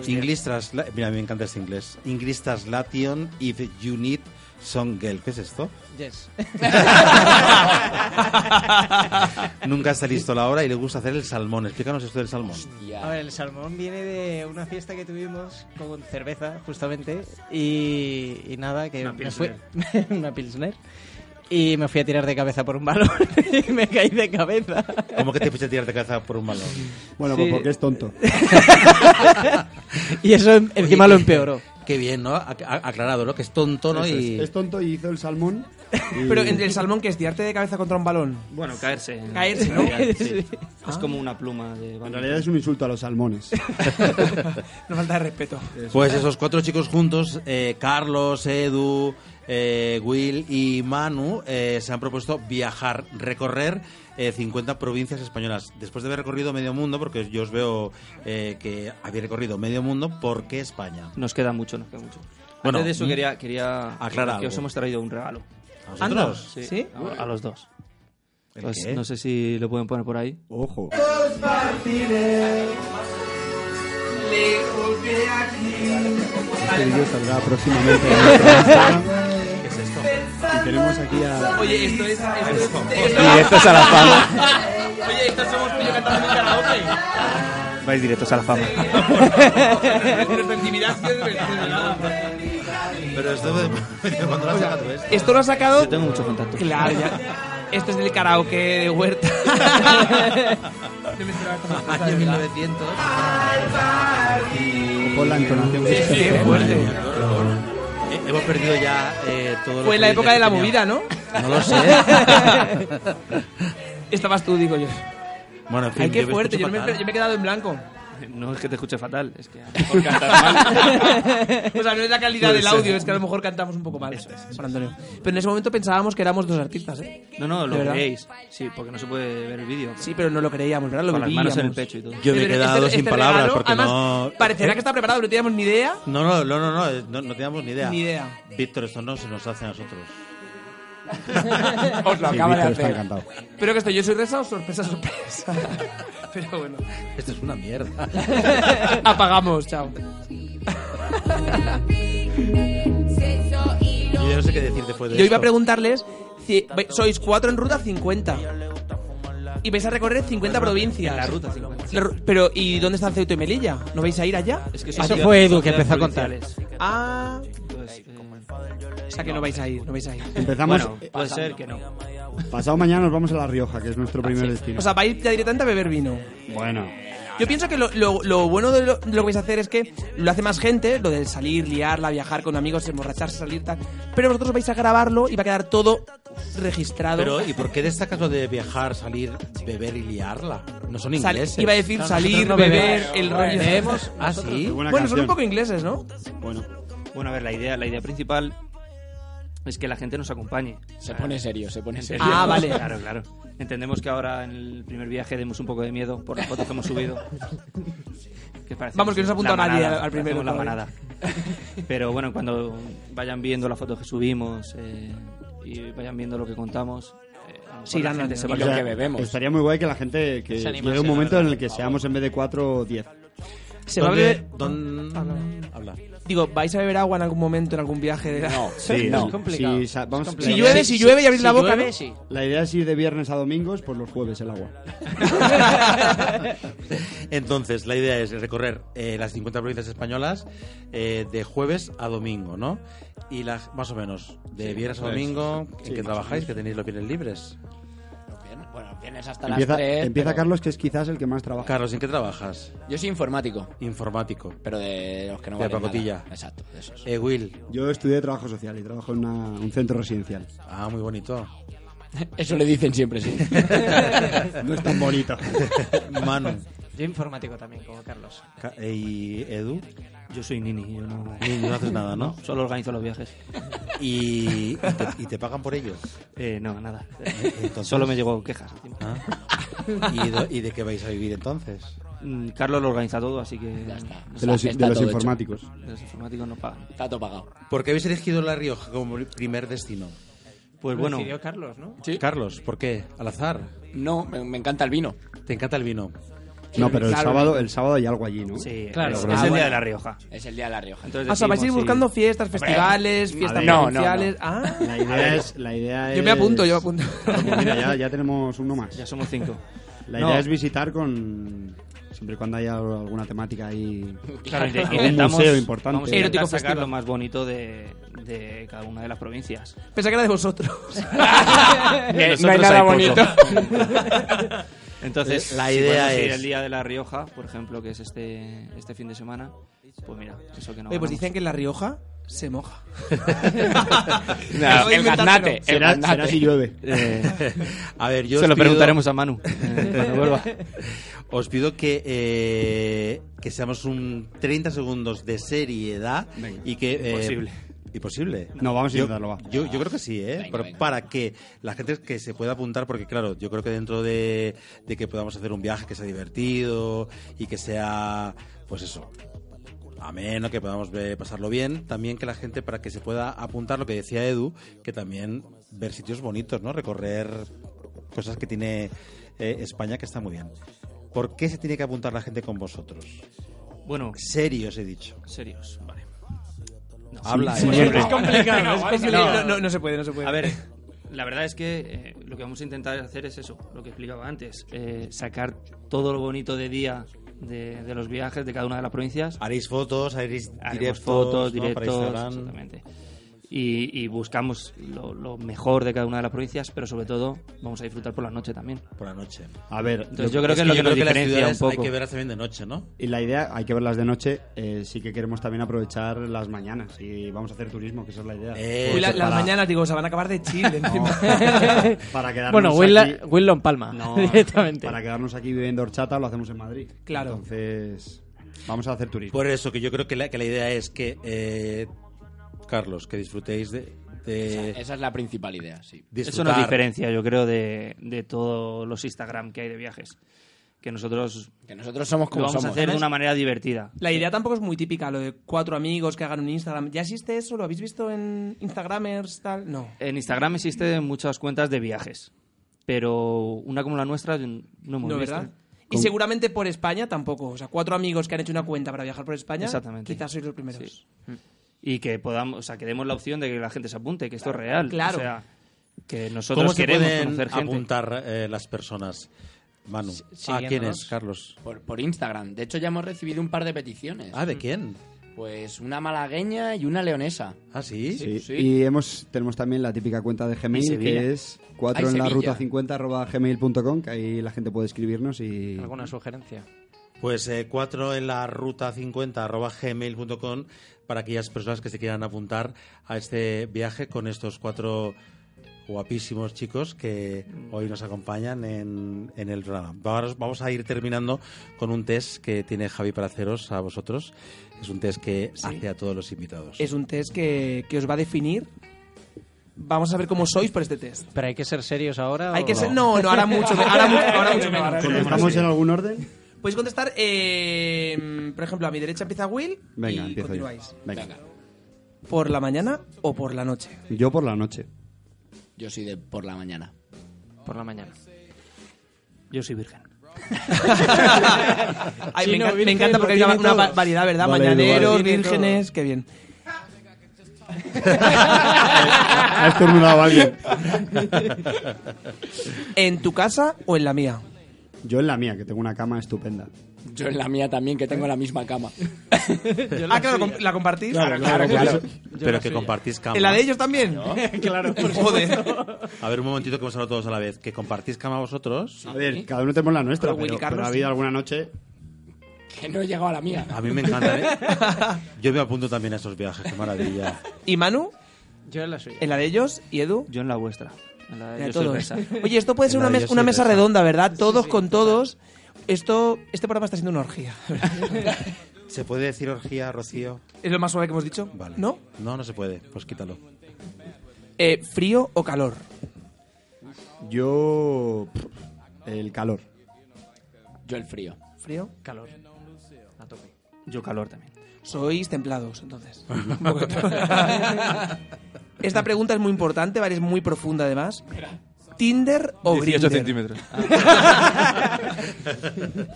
English transla- Mira, a mí me encanta este inglés. English translation if you need some girl. ¿Qué es esto? *laughs* Yes. Nunca está listo la hora y le gusta hacer el salmón. Explícanos esto del salmón. *laughs* A ver, el salmón viene de una fiesta que tuvimos con cerveza, justamente, y, y nada, que Una me fui- *laughs* una pilsner. Y me fui a tirar de cabeza por un balón *laughs* y me caí de cabeza. ¿Cómo que te fuiste a tirar de cabeza por un balón? Bueno, Sí. pues porque es tonto. Y eso en- encima lo empeoró. Qué bien, ¿no? Ac- a- Aclarado, ¿no? Que es tonto, ¿no? Eso es. Y... Es tonto y hizo el salmón. y- Pero entre el salmón que es tirarte de cabeza contra un balón. Bueno, caerse. Caerse, ¿no? *laughs* Sí. Es como una pluma de... En realidad es un insulto a los salmones. No falta de respeto. Pues esos cuatro chicos juntos, eh, Carlos, Edu, eh, Will y Manu, eh, se han propuesto viajar, recorrer eh, 50 provincias españolas. Después de haber recorrido medio mundo, porque yo os veo eh, que habéis recorrido medio mundo, ¿por qué España? Nos queda mucho, nos queda mucho. Bueno, Antes de eso mm, quería, quería aclara que os algo. hemos traído un regalo. ¿A vosotros? Sí, ¿Sí? A, a los dos. ¿El Entonces, qué? no sé si lo pueden poner por *laughs* ahí. Ojo. Este vídeo saldrá próximamente. en nuestro Instagram. ¿Qué es esto? Y tenemos aquí a. Oye, esto es. Esto Directos a la fama. Oye, estos somos tú y yo cantando en karaoke. Vais directos a la fama. Nuestra intimidad sí es verdad. Pero esto de- *laughs* cuando lo has sacado este. esto. Esto lo ha sacado. Yo tengo muchos contactos. Claro, ya. Esto es del karaoke de Huerta. *laughs* No me esperaba esta sorpresa, de Año verdad. 1900. Ojo la entonación este que se Qué fuerte. Eh, hemos perdido ya eh, todo lo Fue que la dije época que de la tenía. movida, *laughs* ¿no? No lo sé. Estabas tú, digo yo. bueno, en fin, Ay, qué yo me fuerte. escucho Yo, no me, fatal. yo me he quedado en blanco. No es que te escuche fatal, es que a lo mejor cantas mal. *laughs* O sea, no es Pues la calidad del audio, es que a lo mejor cantamos un poco mal. Por Antonio. Pero en ese momento pensábamos que éramos dos artistas, ¿eh? No, no, ¿De lo verdad? veis. Sí, porque no se puede ver el vídeo. Sí, pero no lo creíamos, ¿verdad? Lo Con las manos en el vivíamos. pecho y todo. Yo me he Pero quedado sin palabras porque este además, no- ¿Eh? Parecerá que está preparado, pero no teníamos ni idea. No, no, no, no, no, eh, no, no teníamos ni idea. Ni idea. Víctor, esto no se nos hace a nosotros. Os lo Sí, acaba de Víctor está hacer. encantado. Pero que esto, yo soy resa o *laughs* sorpresa, sorpresa. pero bueno. *laughs* Esto es una mierda. Apagamos, chao. Yo ya no sé qué decir después de Yo iba a esto. preguntarles si ve- sois cuatro en ruta 50. Y vais a recorrer 50 provincias. En la ruta 50. La ru- Pero, ¿y dónde están Ceuta y Melilla? ¿No vais a ir allá? Es que Eso fue Edu que empezó a contarles Ah, Entonces, Pues, eh, O sea que no vais a ir, no vais a ir. Empezamos- eh, Bueno, pues, puede ser que no. Pasado mañana nos vamos a La Rioja, que es nuestro primer destino. O sea, vais ya directamente a beber vino. bueno, Yo pienso que lo, lo- lo bueno de lo, de lo que vais a hacer es que lo hace más gente, lo de salir, liarla, viajar con amigos, emborracharse, salir, tal. Pero vosotros vais a grabarlo y va a quedar todo registrado. Pero, ¿y por qué destacas lo de viajar, salir, beber y liarla? No son Sal- ingleses. iba a decir Nosotros salir, no beber, bebemos. el rollo. Bebemos, ah, sí. Bueno, son un poco ingleses, ¿no? Bueno. Bueno, a ver, la idea, la idea principal es que la gente nos acompañe. Se pone serio, se pone serio. Entendemos- Ah, vale. Claro, claro. Entendemos que ahora en el primer viaje demos un poco de miedo por las fotos que hemos *laughs* subido. Que parecemos Vamos, que no se ha apuntado la nadie manada, al- al primero, parecemos la manada. todavía. Pero bueno, cuando vayan viendo las fotos que subimos eh, y vayan viendo lo que contamos, eh, a lo mejor Sí, la ganan gente de- se y va a- lo que bebemos. Estaría muy guay que la gente que Se animase, llegue un la momento en verdad. el que seamos en vez de 4 10. Se va a beber. ¿Dónde habla? Digo, ¿vais a beber agua en algún momento, en algún viaje? De... No, Sí, no. Si, sa- vamos- *laughs* Si llueve, si llueve y abrís si la boca, llueve, ¿no? La idea es ir de viernes a domingos, pues los jueves el agua. Entonces, la idea es recorrer eh, las 50 provincias españolas eh, de jueves a domingo, ¿no? Y las más o menos, de Sí, viernes a pues, domingo, sí, ¿en qué más o trabajáis? menos. ¿Que tenéis los viernes libres? Bueno, vienes hasta Empieza, las 3. empieza Carlos, que es quizás el que más trabaja. Carlos, ¿en qué trabajas? Yo soy informático, Informático. pero de los que no de valen pacotilla. nada. Exacto, de esos. Eh, Will. Yo estudié trabajo social y trabajo en una- un centro residencial. Ah, muy *laughs* bonito. *laughs* Eso le dicen siempre, *laughs* sí. No es tan bonito. Manu. Yo informático también, como Carlos. Ca- eh, ¿Y Edu? ¿eh? Yo soy Nini, yo no, Nini, no haces nada, ¿no? *laughs* Solo organizo los viajes. ¿Y, y te, y te pagan por ello? Eh, no, nada. Entonces- Solo me llegó quejas. encima. Ah. ¿Y, do- y de qué vais a vivir entonces? Mm, Carlos lo organiza todo, así que... Ya está. De los, de los informáticos. De los informáticos no pagan. Está todo pagado. ¿Por qué habéis elegido La Rioja como pri- primer destino? Pues Lo bueno, decidió Carlos, ¿no? Sí. Carlos, ¿por qué? ¿Al azar? No, me, me encanta el vino. ¿Te encanta el vino? No, pero el Claro, sábado, el sábado hay algo allí, ¿no? sí, Claro. es, Ah, es el bueno. día de La Rioja. Es el día de la Rioja. Entonces Ah, o sea, vais a ir decidimos buscando fiestas, festivales, fiestas no, no, provinciales. no. Ah, La idea es... La idea yo me apunto, es- yo me apunto. Mira, ya, ya tenemos uno más. Ya somos *laughs* cinco. La No. idea es visitar con... Siempre y cuando haya alguna temática ahí... Claro, inte- Un intentamos, museo importante. Vamos a intentar Erótico sacar festival. lo más bonito de, de cada una de las provincias. Pensé que era de *laughs* vosotros. Eh, Nosotros no hay nada hay poco. bonito. *laughs* Entonces, Eh, la si idea podemos ir es- el día de La Rioja, por ejemplo, que es este, este fin de semana, pues mira, eso que no Oye, pues ganamos. dicen que en La Rioja se moja. el gaznate. El Será, gaznate. será si llueve. *laughs* Eh, A ver, yo se os lo pido- preguntaremos a *laughs* Manu eh, cuando vuelva. Os pido que, eh, que seamos un 30 segundos de seriedad Venga. y que... eh, Imposible. Imposible. No, vamos a Yo- intentarlo, va. Yo, yo creo que sí, ¿eh? Venga, Pero venga. Para que la gente que se pueda apuntar, porque claro, yo creo que dentro de, de que podamos hacer un viaje que sea divertido y que sea, pues eso, ameno, que podamos ver- pasarlo bien, también que la gente, para que se pueda apuntar lo que decía Edu, que también ver sitios bonitos, ¿no? Recorrer cosas que tiene eh, España que está muy bien. ¿Por qué se tiene que apuntar la gente con vosotros? Bueno, Serios, he dicho. serios, vale. No. Habla, ¿eh? Sí, Edu. sí, Es complicado, No, *laughs* es ¿eh? no, complicado. no. No, no, no se puede, no se puede. A ver, la verdad es que eh, lo que vamos a intentar hacer es eso, lo que explicaba antes, eh, sacar todo lo bonito de día de, de los viajes de cada una de las provincias. Haréis fotos, haréis Haremos directos, fotos, ¿no? Para directos, Instagram. exactamente. Y, y buscamos lo, lo mejor de cada una de las provincias, pero sobre todo vamos a disfrutar por la noche también. por la noche. A ver, Entonces lo- yo creo que es lo que nos diferencia un ciudades hay poco. que verlas también de noche, ¿no? Y la idea, hay que verlas de noche, eh, sí que queremos también aprovechar las mañanas y vamos a hacer turismo, que esa es la idea. Eh, Uy, la- Porque las para- mañanas, digo, se van a acabar de chile encima. *laughs* Para quedarnos Bueno, Will, aquí, la- Will lo empalma No, *laughs* directamente. para quedarnos aquí viviendo horchata lo hacemos en Madrid. Claro. Entonces, vamos a hacer turismo. Por eso que yo creo que la, que la idea es que, eh, Carlos, que disfrutéis de, de eh, Esa es la principal idea, sí. Eso disfrutar. nos diferencia, yo creo, de, de todos los Instagram que hay de viajes. Que nosotros Que nosotros somos lo como vamos somos. a hacer de una manera divertida. *laughs* La idea tampoco es muy típica, lo de cuatro amigos que hagan un Instagram. ¿Ya existe eso? ¿Lo habéis visto en Instagramers, tal? No. En Instagram existen muchas cuentas de viajes, pero una como la nuestra yo no hemos No, visto. ¿verdad? Y seguramente por España tampoco. O sea, cuatro amigos que han hecho una cuenta para viajar por España. Exactamente. Quizás sois los primeros. Sí. Y que podamos, o sea, que demos la opción de que la gente se apunte, que esto es real. Claro. O sea, que ¿Cómo nosotros se queremos pueden conocer gente. apuntar eh, las personas, Manu? ¿A quién siguiéndonos. es, Carlos? Por, por Instagram. De hecho, ya hemos recibido un par de peticiones. Ah, ¿de quién? Pues una malagueña y una leonesa. ¿Ah, sí? Sí. Y hemos, tenemos también la típica cuenta de Y Gmail, Sevilla. que es Ay, 4 en la Sevilla. ruta 50 arroba gmail.com, que ahí la gente puede escribirnos y... ¿Alguna sugerencia? Pues eh, cuatro en la ruta 50 arroba gmail.com para aquellas personas que se quieran apuntar a este viaje con estos cuatro guapísimos chicos que hoy nos acompañan en, en el programa. Vamos, vamos a ir terminando con un test que tiene Javi para haceros a vosotros. Es un test que hace a todos los invitados. Es un test que, que os va a definir. Vamos a ver cómo sois por este test. Pero hay que ser serios ahora. Hay o Oh, que ser- no, no, ahora mucho me- *laughs* ahora mucho- ahora mucho menos. ahora Como mucho estamos menos. en algún orden? Podéis contestar, eh, por ejemplo, a mi derecha empieza Will Venga, y empiezo yo. continuáis. Venga. ¿Por la mañana o por la noche? Yo por la noche. *laughs* Yo soy de por la mañana. Por la mañana. Yo soy virgen. Ay, me, encan- me encanta porque hay una, una va- variedad, ¿verdad? Vale, Mañaneros, vale. Tiene vírgenes, qué bien. Ha estornudado alguien. ¿En tu casa o en la mía? Yo en la mía, que tengo una cama estupenda. Yo en la mía también, que tengo la misma cama. *laughs* ah, claro, com- ¿la compartís? Claro, claro, Claro, claro. claro. Yo Pero la que suya. compartís cama. ¿En la de ellos también? Claro, por Joder. *laughs* A ver, un momentito que hemos hablado todos a la vez. Que compartís cama vosotros. A ver, cada uno tenemos la nuestra, pero, pero ha habido alguna noche... Que no he llegado a la mía. Ah. A mí me encanta, ¿eh? Yo me apunto también a esos viajes, qué maravilla. *laughs* ¿Y Manu? Yo en la suya. ¿En la de ellos? ¿Y Edu? Yo en la vuestra. En la de Mira, yo soy todos. reza. *laughs* Oye, esto puede ser En la una, de mes- yo soy una mesa reza. redonda, ¿verdad? Todos con todos. Esto, este programa está siendo una orgía. *laughs* ¿Se puede decir orgía, Rocío? ¿Es lo más suave que hemos dicho? Vale. ¿No? No, no se puede. Pues quítalo. Eh, ¿Frío o calor? Yo... pff, El calor. Yo el frío. ¿Frío? Calor. A tope. Yo calor también. Sois templados, entonces. Un poquito. Esta pregunta es muy importante, ¿vale? Es muy profunda, además. ¿Tinder o 18 Oh, Grindr? centímetros.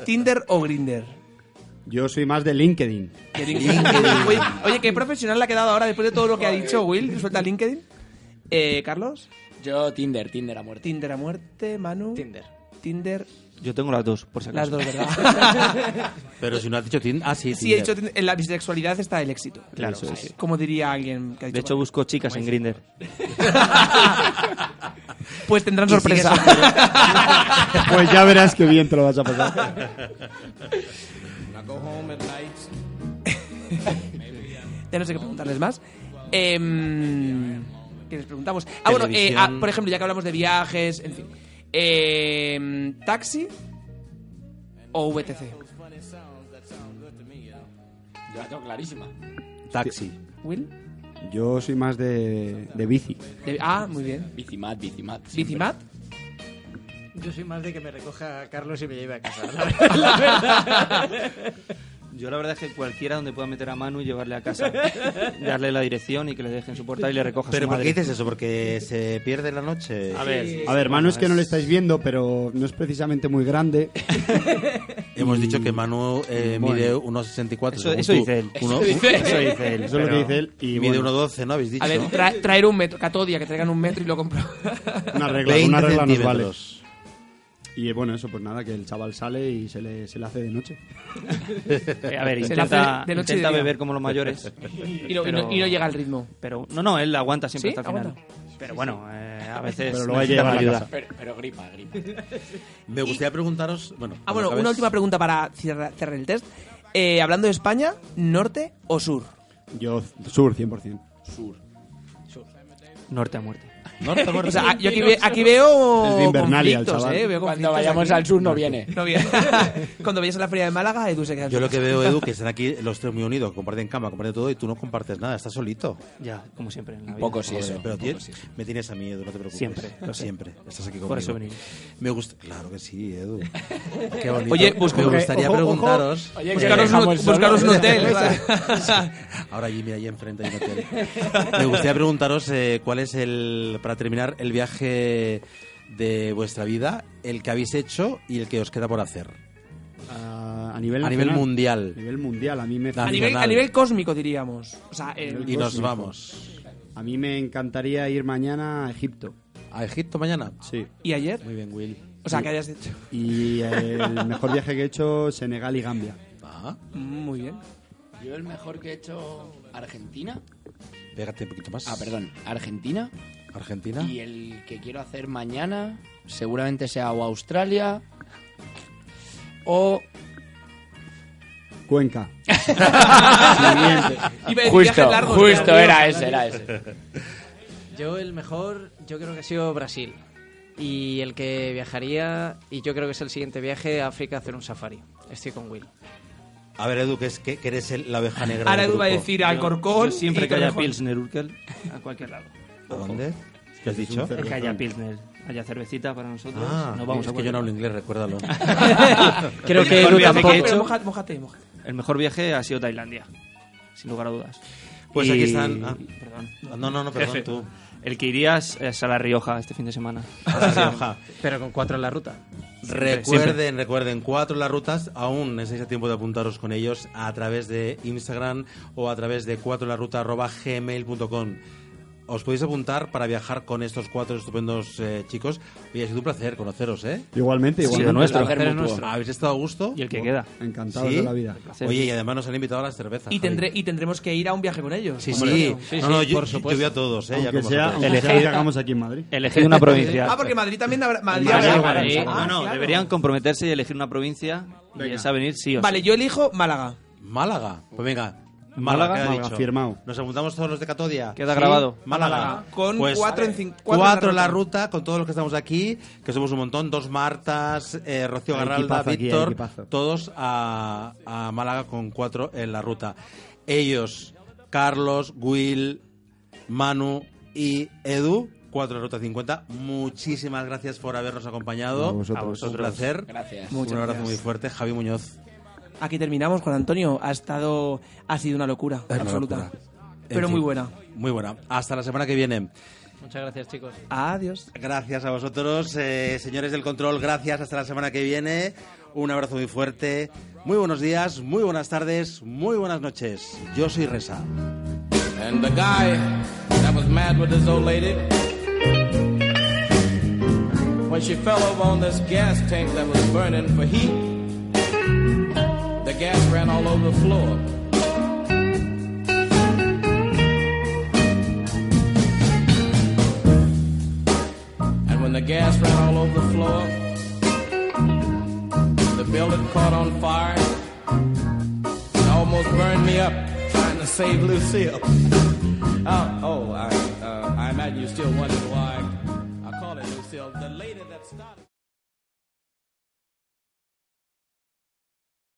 ¿Tinder o Grinder? Yo soy más de LinkedIn. oye, oye, qué profesional le ha quedado ahora después de todo lo que ha dicho Will. Suelta LinkedIn. Eh, ¿Carlos? Yo Tinder, Tinder a muerte. Tinder a muerte, Manu. Tinder. Tinder. Yo tengo las dos, por si Las acaso. dos, ¿verdad? Pero si no has dicho Tinder. Ah, sí, sí, he Tinder. dicho, Tinder. en la bisexualidad está el éxito. Claro, sí, sí. Como diría alguien que ha dicho. De hecho, busco chicas en Grinder. Pues tendrán Y sigue sorpresa. Pues ya verás qué bien te lo vas a pasar. ya no sé qué preguntarles más. Em, ¿Qué les preguntamos? Ah, bueno, eh, Televisión. ah, por ejemplo, ya que hablamos de viajes, en fin. Em, ¿Taxi o VTC? Yo la tengo clarísima. Taxi. ¿Will? Yo soy más de, de bici. De- ah, muy bien. Bicimat, Bicimat. ¿Bicimat? Yo soy más de que me recoja a Carlos y me lleve a *laughs* casa. La verdad. la verdad. Yo la verdad es que cualquiera donde pueda meter a Manu y llevarle a *laughs* casa, darle la dirección y que le dejen su portal y le recoja ¿Pero su por madre. qué dices eso? ¿Porque se pierde la noche? A ver. Sí. A ver, Manu es que no le estáis viendo, pero no es precisamente muy grande. Hemos dicho que Manu eh, Bueno. mide 1,64. Eso- según eso tú. dice él. Uno- Eso dice él. Eso dice él. Eso es lo que pero dice él, y mide bueno. 1,12, ¿no? Habéis dicho. A ver, tra- traer un metro, Catodia, que traigan un metro y lo compro. *laughs* *laughs* Una regla, una regla nos vale. centímetros. Y eh, bueno, eso pues nada, que el chaval sale y se le, se le hace de noche. Eh, a ver, intenta, intenta beber como los mayores. Y no- y no- y no llega al ritmo. Pero, no, no, él aguanta siempre ¿Sí? hasta el final. Aguanta. Pero bueno, eh, a veces Pero luego hay que llevarlo a necesitan ayuda. casa. Pero, pero gripa, gripa. Me gustaría preguntaros. Bueno, Ah, cuando bueno, una acabes- última pregunta para cerrar, cerrar el test. Eh, hablando de España, ¿norte o sur? Yo, sur, 100%. Sur. Norte a muerte. *laughs* O sea, yo *laughs* aquí, ve- aquí veo Es de Invernalia, el conflictos, chaval. eh, veo Cuando conflictos vayamos aquí. al sur no viene. No viene. *laughs* Cuando vayas a la feria de Málaga, Edu se queda. en Yo su lo que casa. veo, Edu, que están aquí los tres muy unidos, comparten cama, comparten todo y tú no compartes nada, estás solito. Ya, como siempre. En la vida. Poco sí Joder, eso. Pero poco tienes- sí eso. me tienes a mí, Edu, no te preocupes. Siempre, lo sé. Siempre. Estás aquí Por conmigo. eso venimos. Me gusta. Claro que sí, Edu. Qué bonito. Oye, busca- me gustaría ojo, ojo. preguntaros. Oye, que Buscaros dejamos un- solo. buscaros *laughs* un *laughs* hotel, ¿verdad? Ahora allí, mira, allí enfrente hay un hotel. Me gustaría preguntaros eh, cuál es el. Para terminar, el viaje de vuestra vida, el que habéis hecho y el que os queda por hacer. Ah, A, a nivel A nivel nacional. mundial. A nivel mundial, a mí me... a, nivel, a nivel cósmico, diríamos. O sea, eh, nivel Y nos cósmico. vamos. A mí me encantaría ir mañana a Egipto. ¿A Egipto mañana? Sí. ¿Y ayer? Muy bien, Will. O sea, que hayas dicho. Y el mejor viaje que he hecho, Senegal y Gambia. Ah, Mm, Muy bien. Yo el mejor que he hecho Argentina Pégate un poquito más. Ah, perdón. Argentina. Argentina. y el que quiero hacer mañana seguramente sea o Australia o Cuenca. *laughs* Siguiente. Justo, justo, era ese, era ese. Yo el mejor, yo creo que ha sido Brasil. Y el que viajaría, y yo creo que es el siguiente viaje a África a hacer un safari. Estoy con Will. A ver, Edu, que, es, que, que eres el- la oveja negra. Ahora del Edu va a grupo. decir Alcorcón Yo siempre y que haya Torrejón. Pilsner Urkel, a *laughs* cualquier lado. ¿A dónde? ¿Qué has dicho? Que haya Pilsner, haya cervecita para nosotros. Ah, nos vamos es a que yo no hablo inglés, *laughs* recuérdalo. Creo Creo que que Edu el mejor viaje que he tampoco. hecho. Mójate, mójate, mójate. El mejor viaje ha sido Tailandia, sin lugar a dudas. Pues aquí están- ah, perdón. no, no, no, perdón, tú. El que irías es a La Rioja este fin de semana. Pero con cuatro en la ruta. Siempre, recuerden, siempre. recuerden, cuatro las rutas, aún estáis a tiempo de apuntaros con ellos a través de Instagram o a través de cuatro la ruta gmail.com. Os podéis apuntar para viajar con estos cuatro estupendos eh, chicos. Oye, ha sido un placer conoceros, ¿eh? Igualmente, Ha sido igualmente. nuestro. El placer Placer mutuo. nuestro. ¿Habéis estado a gusto? Y el que queda. Encantados de la vida. Oye, y además nos han invitado a las cervezas. Y, tendré, y tendremos que ir a un viaje con ellos. Sí, Por sí. ejemplo. No, no, yo- yo voy a todos, eh, ya Aunque como sea- vosotros. aunque sea Elegid- que hagamos aquí en Madrid. Elegid una provincia. Ah, porque Madrid también habrá. Madrid, Madrid, habrá- Madrid. Ah, No, no, claro. deberían comprometerse y elegir una provincia y Venga. esa venir sí o Vale, sí. yo elijo Málaga. Málaga. Pues venga. Málaga, Málaga, queda Málaga, dicho. firmado. Nos apuntamos todos los de Catodia. Queda grabado. Málaga. Pues Con cuatro en cin- Cuatro, cuatro en en la la ruta, con todos los que estamos aquí, que somos un montón. Dos Martas, eh, Rocío Hay Garralda, equipazo aquí, hay Víctor. equipazo. Todos a, a Málaga con cuatro en la ruta. Ellos, Carlos, Will, Manu y Edu. Cuatro en la Ruta 50. Muchísimas gracias por habernos acompañado. A vosotros. Un placer. Gracias. Un Muchas abrazo gracias. muy fuerte. Javi Muñoz. Aquí terminamos, Juan Antonio. Ha estado. Ha sido una locura una absoluta. locura. En Pero fin, muy buena. Muy buena. Hasta la semana que viene. Muchas gracias, chicos. Adiós. Gracias a vosotros, eh, señores del control. Gracias. Hasta la semana que viene. Un abrazo muy fuerte. Muy buenos días, muy buenas tardes, muy buenas noches. Yo soy Reza. And the guy that was mad with this old lady, when she fell over on this gas tank that was burning for heat, the gas ran all over the floor. And when the gas ran all over the floor, the building caught on fire and almost burned me up trying to save Lucille. Oh, oh, I, uh, I imagine you still wondered why I call it Lucille, the lady that started.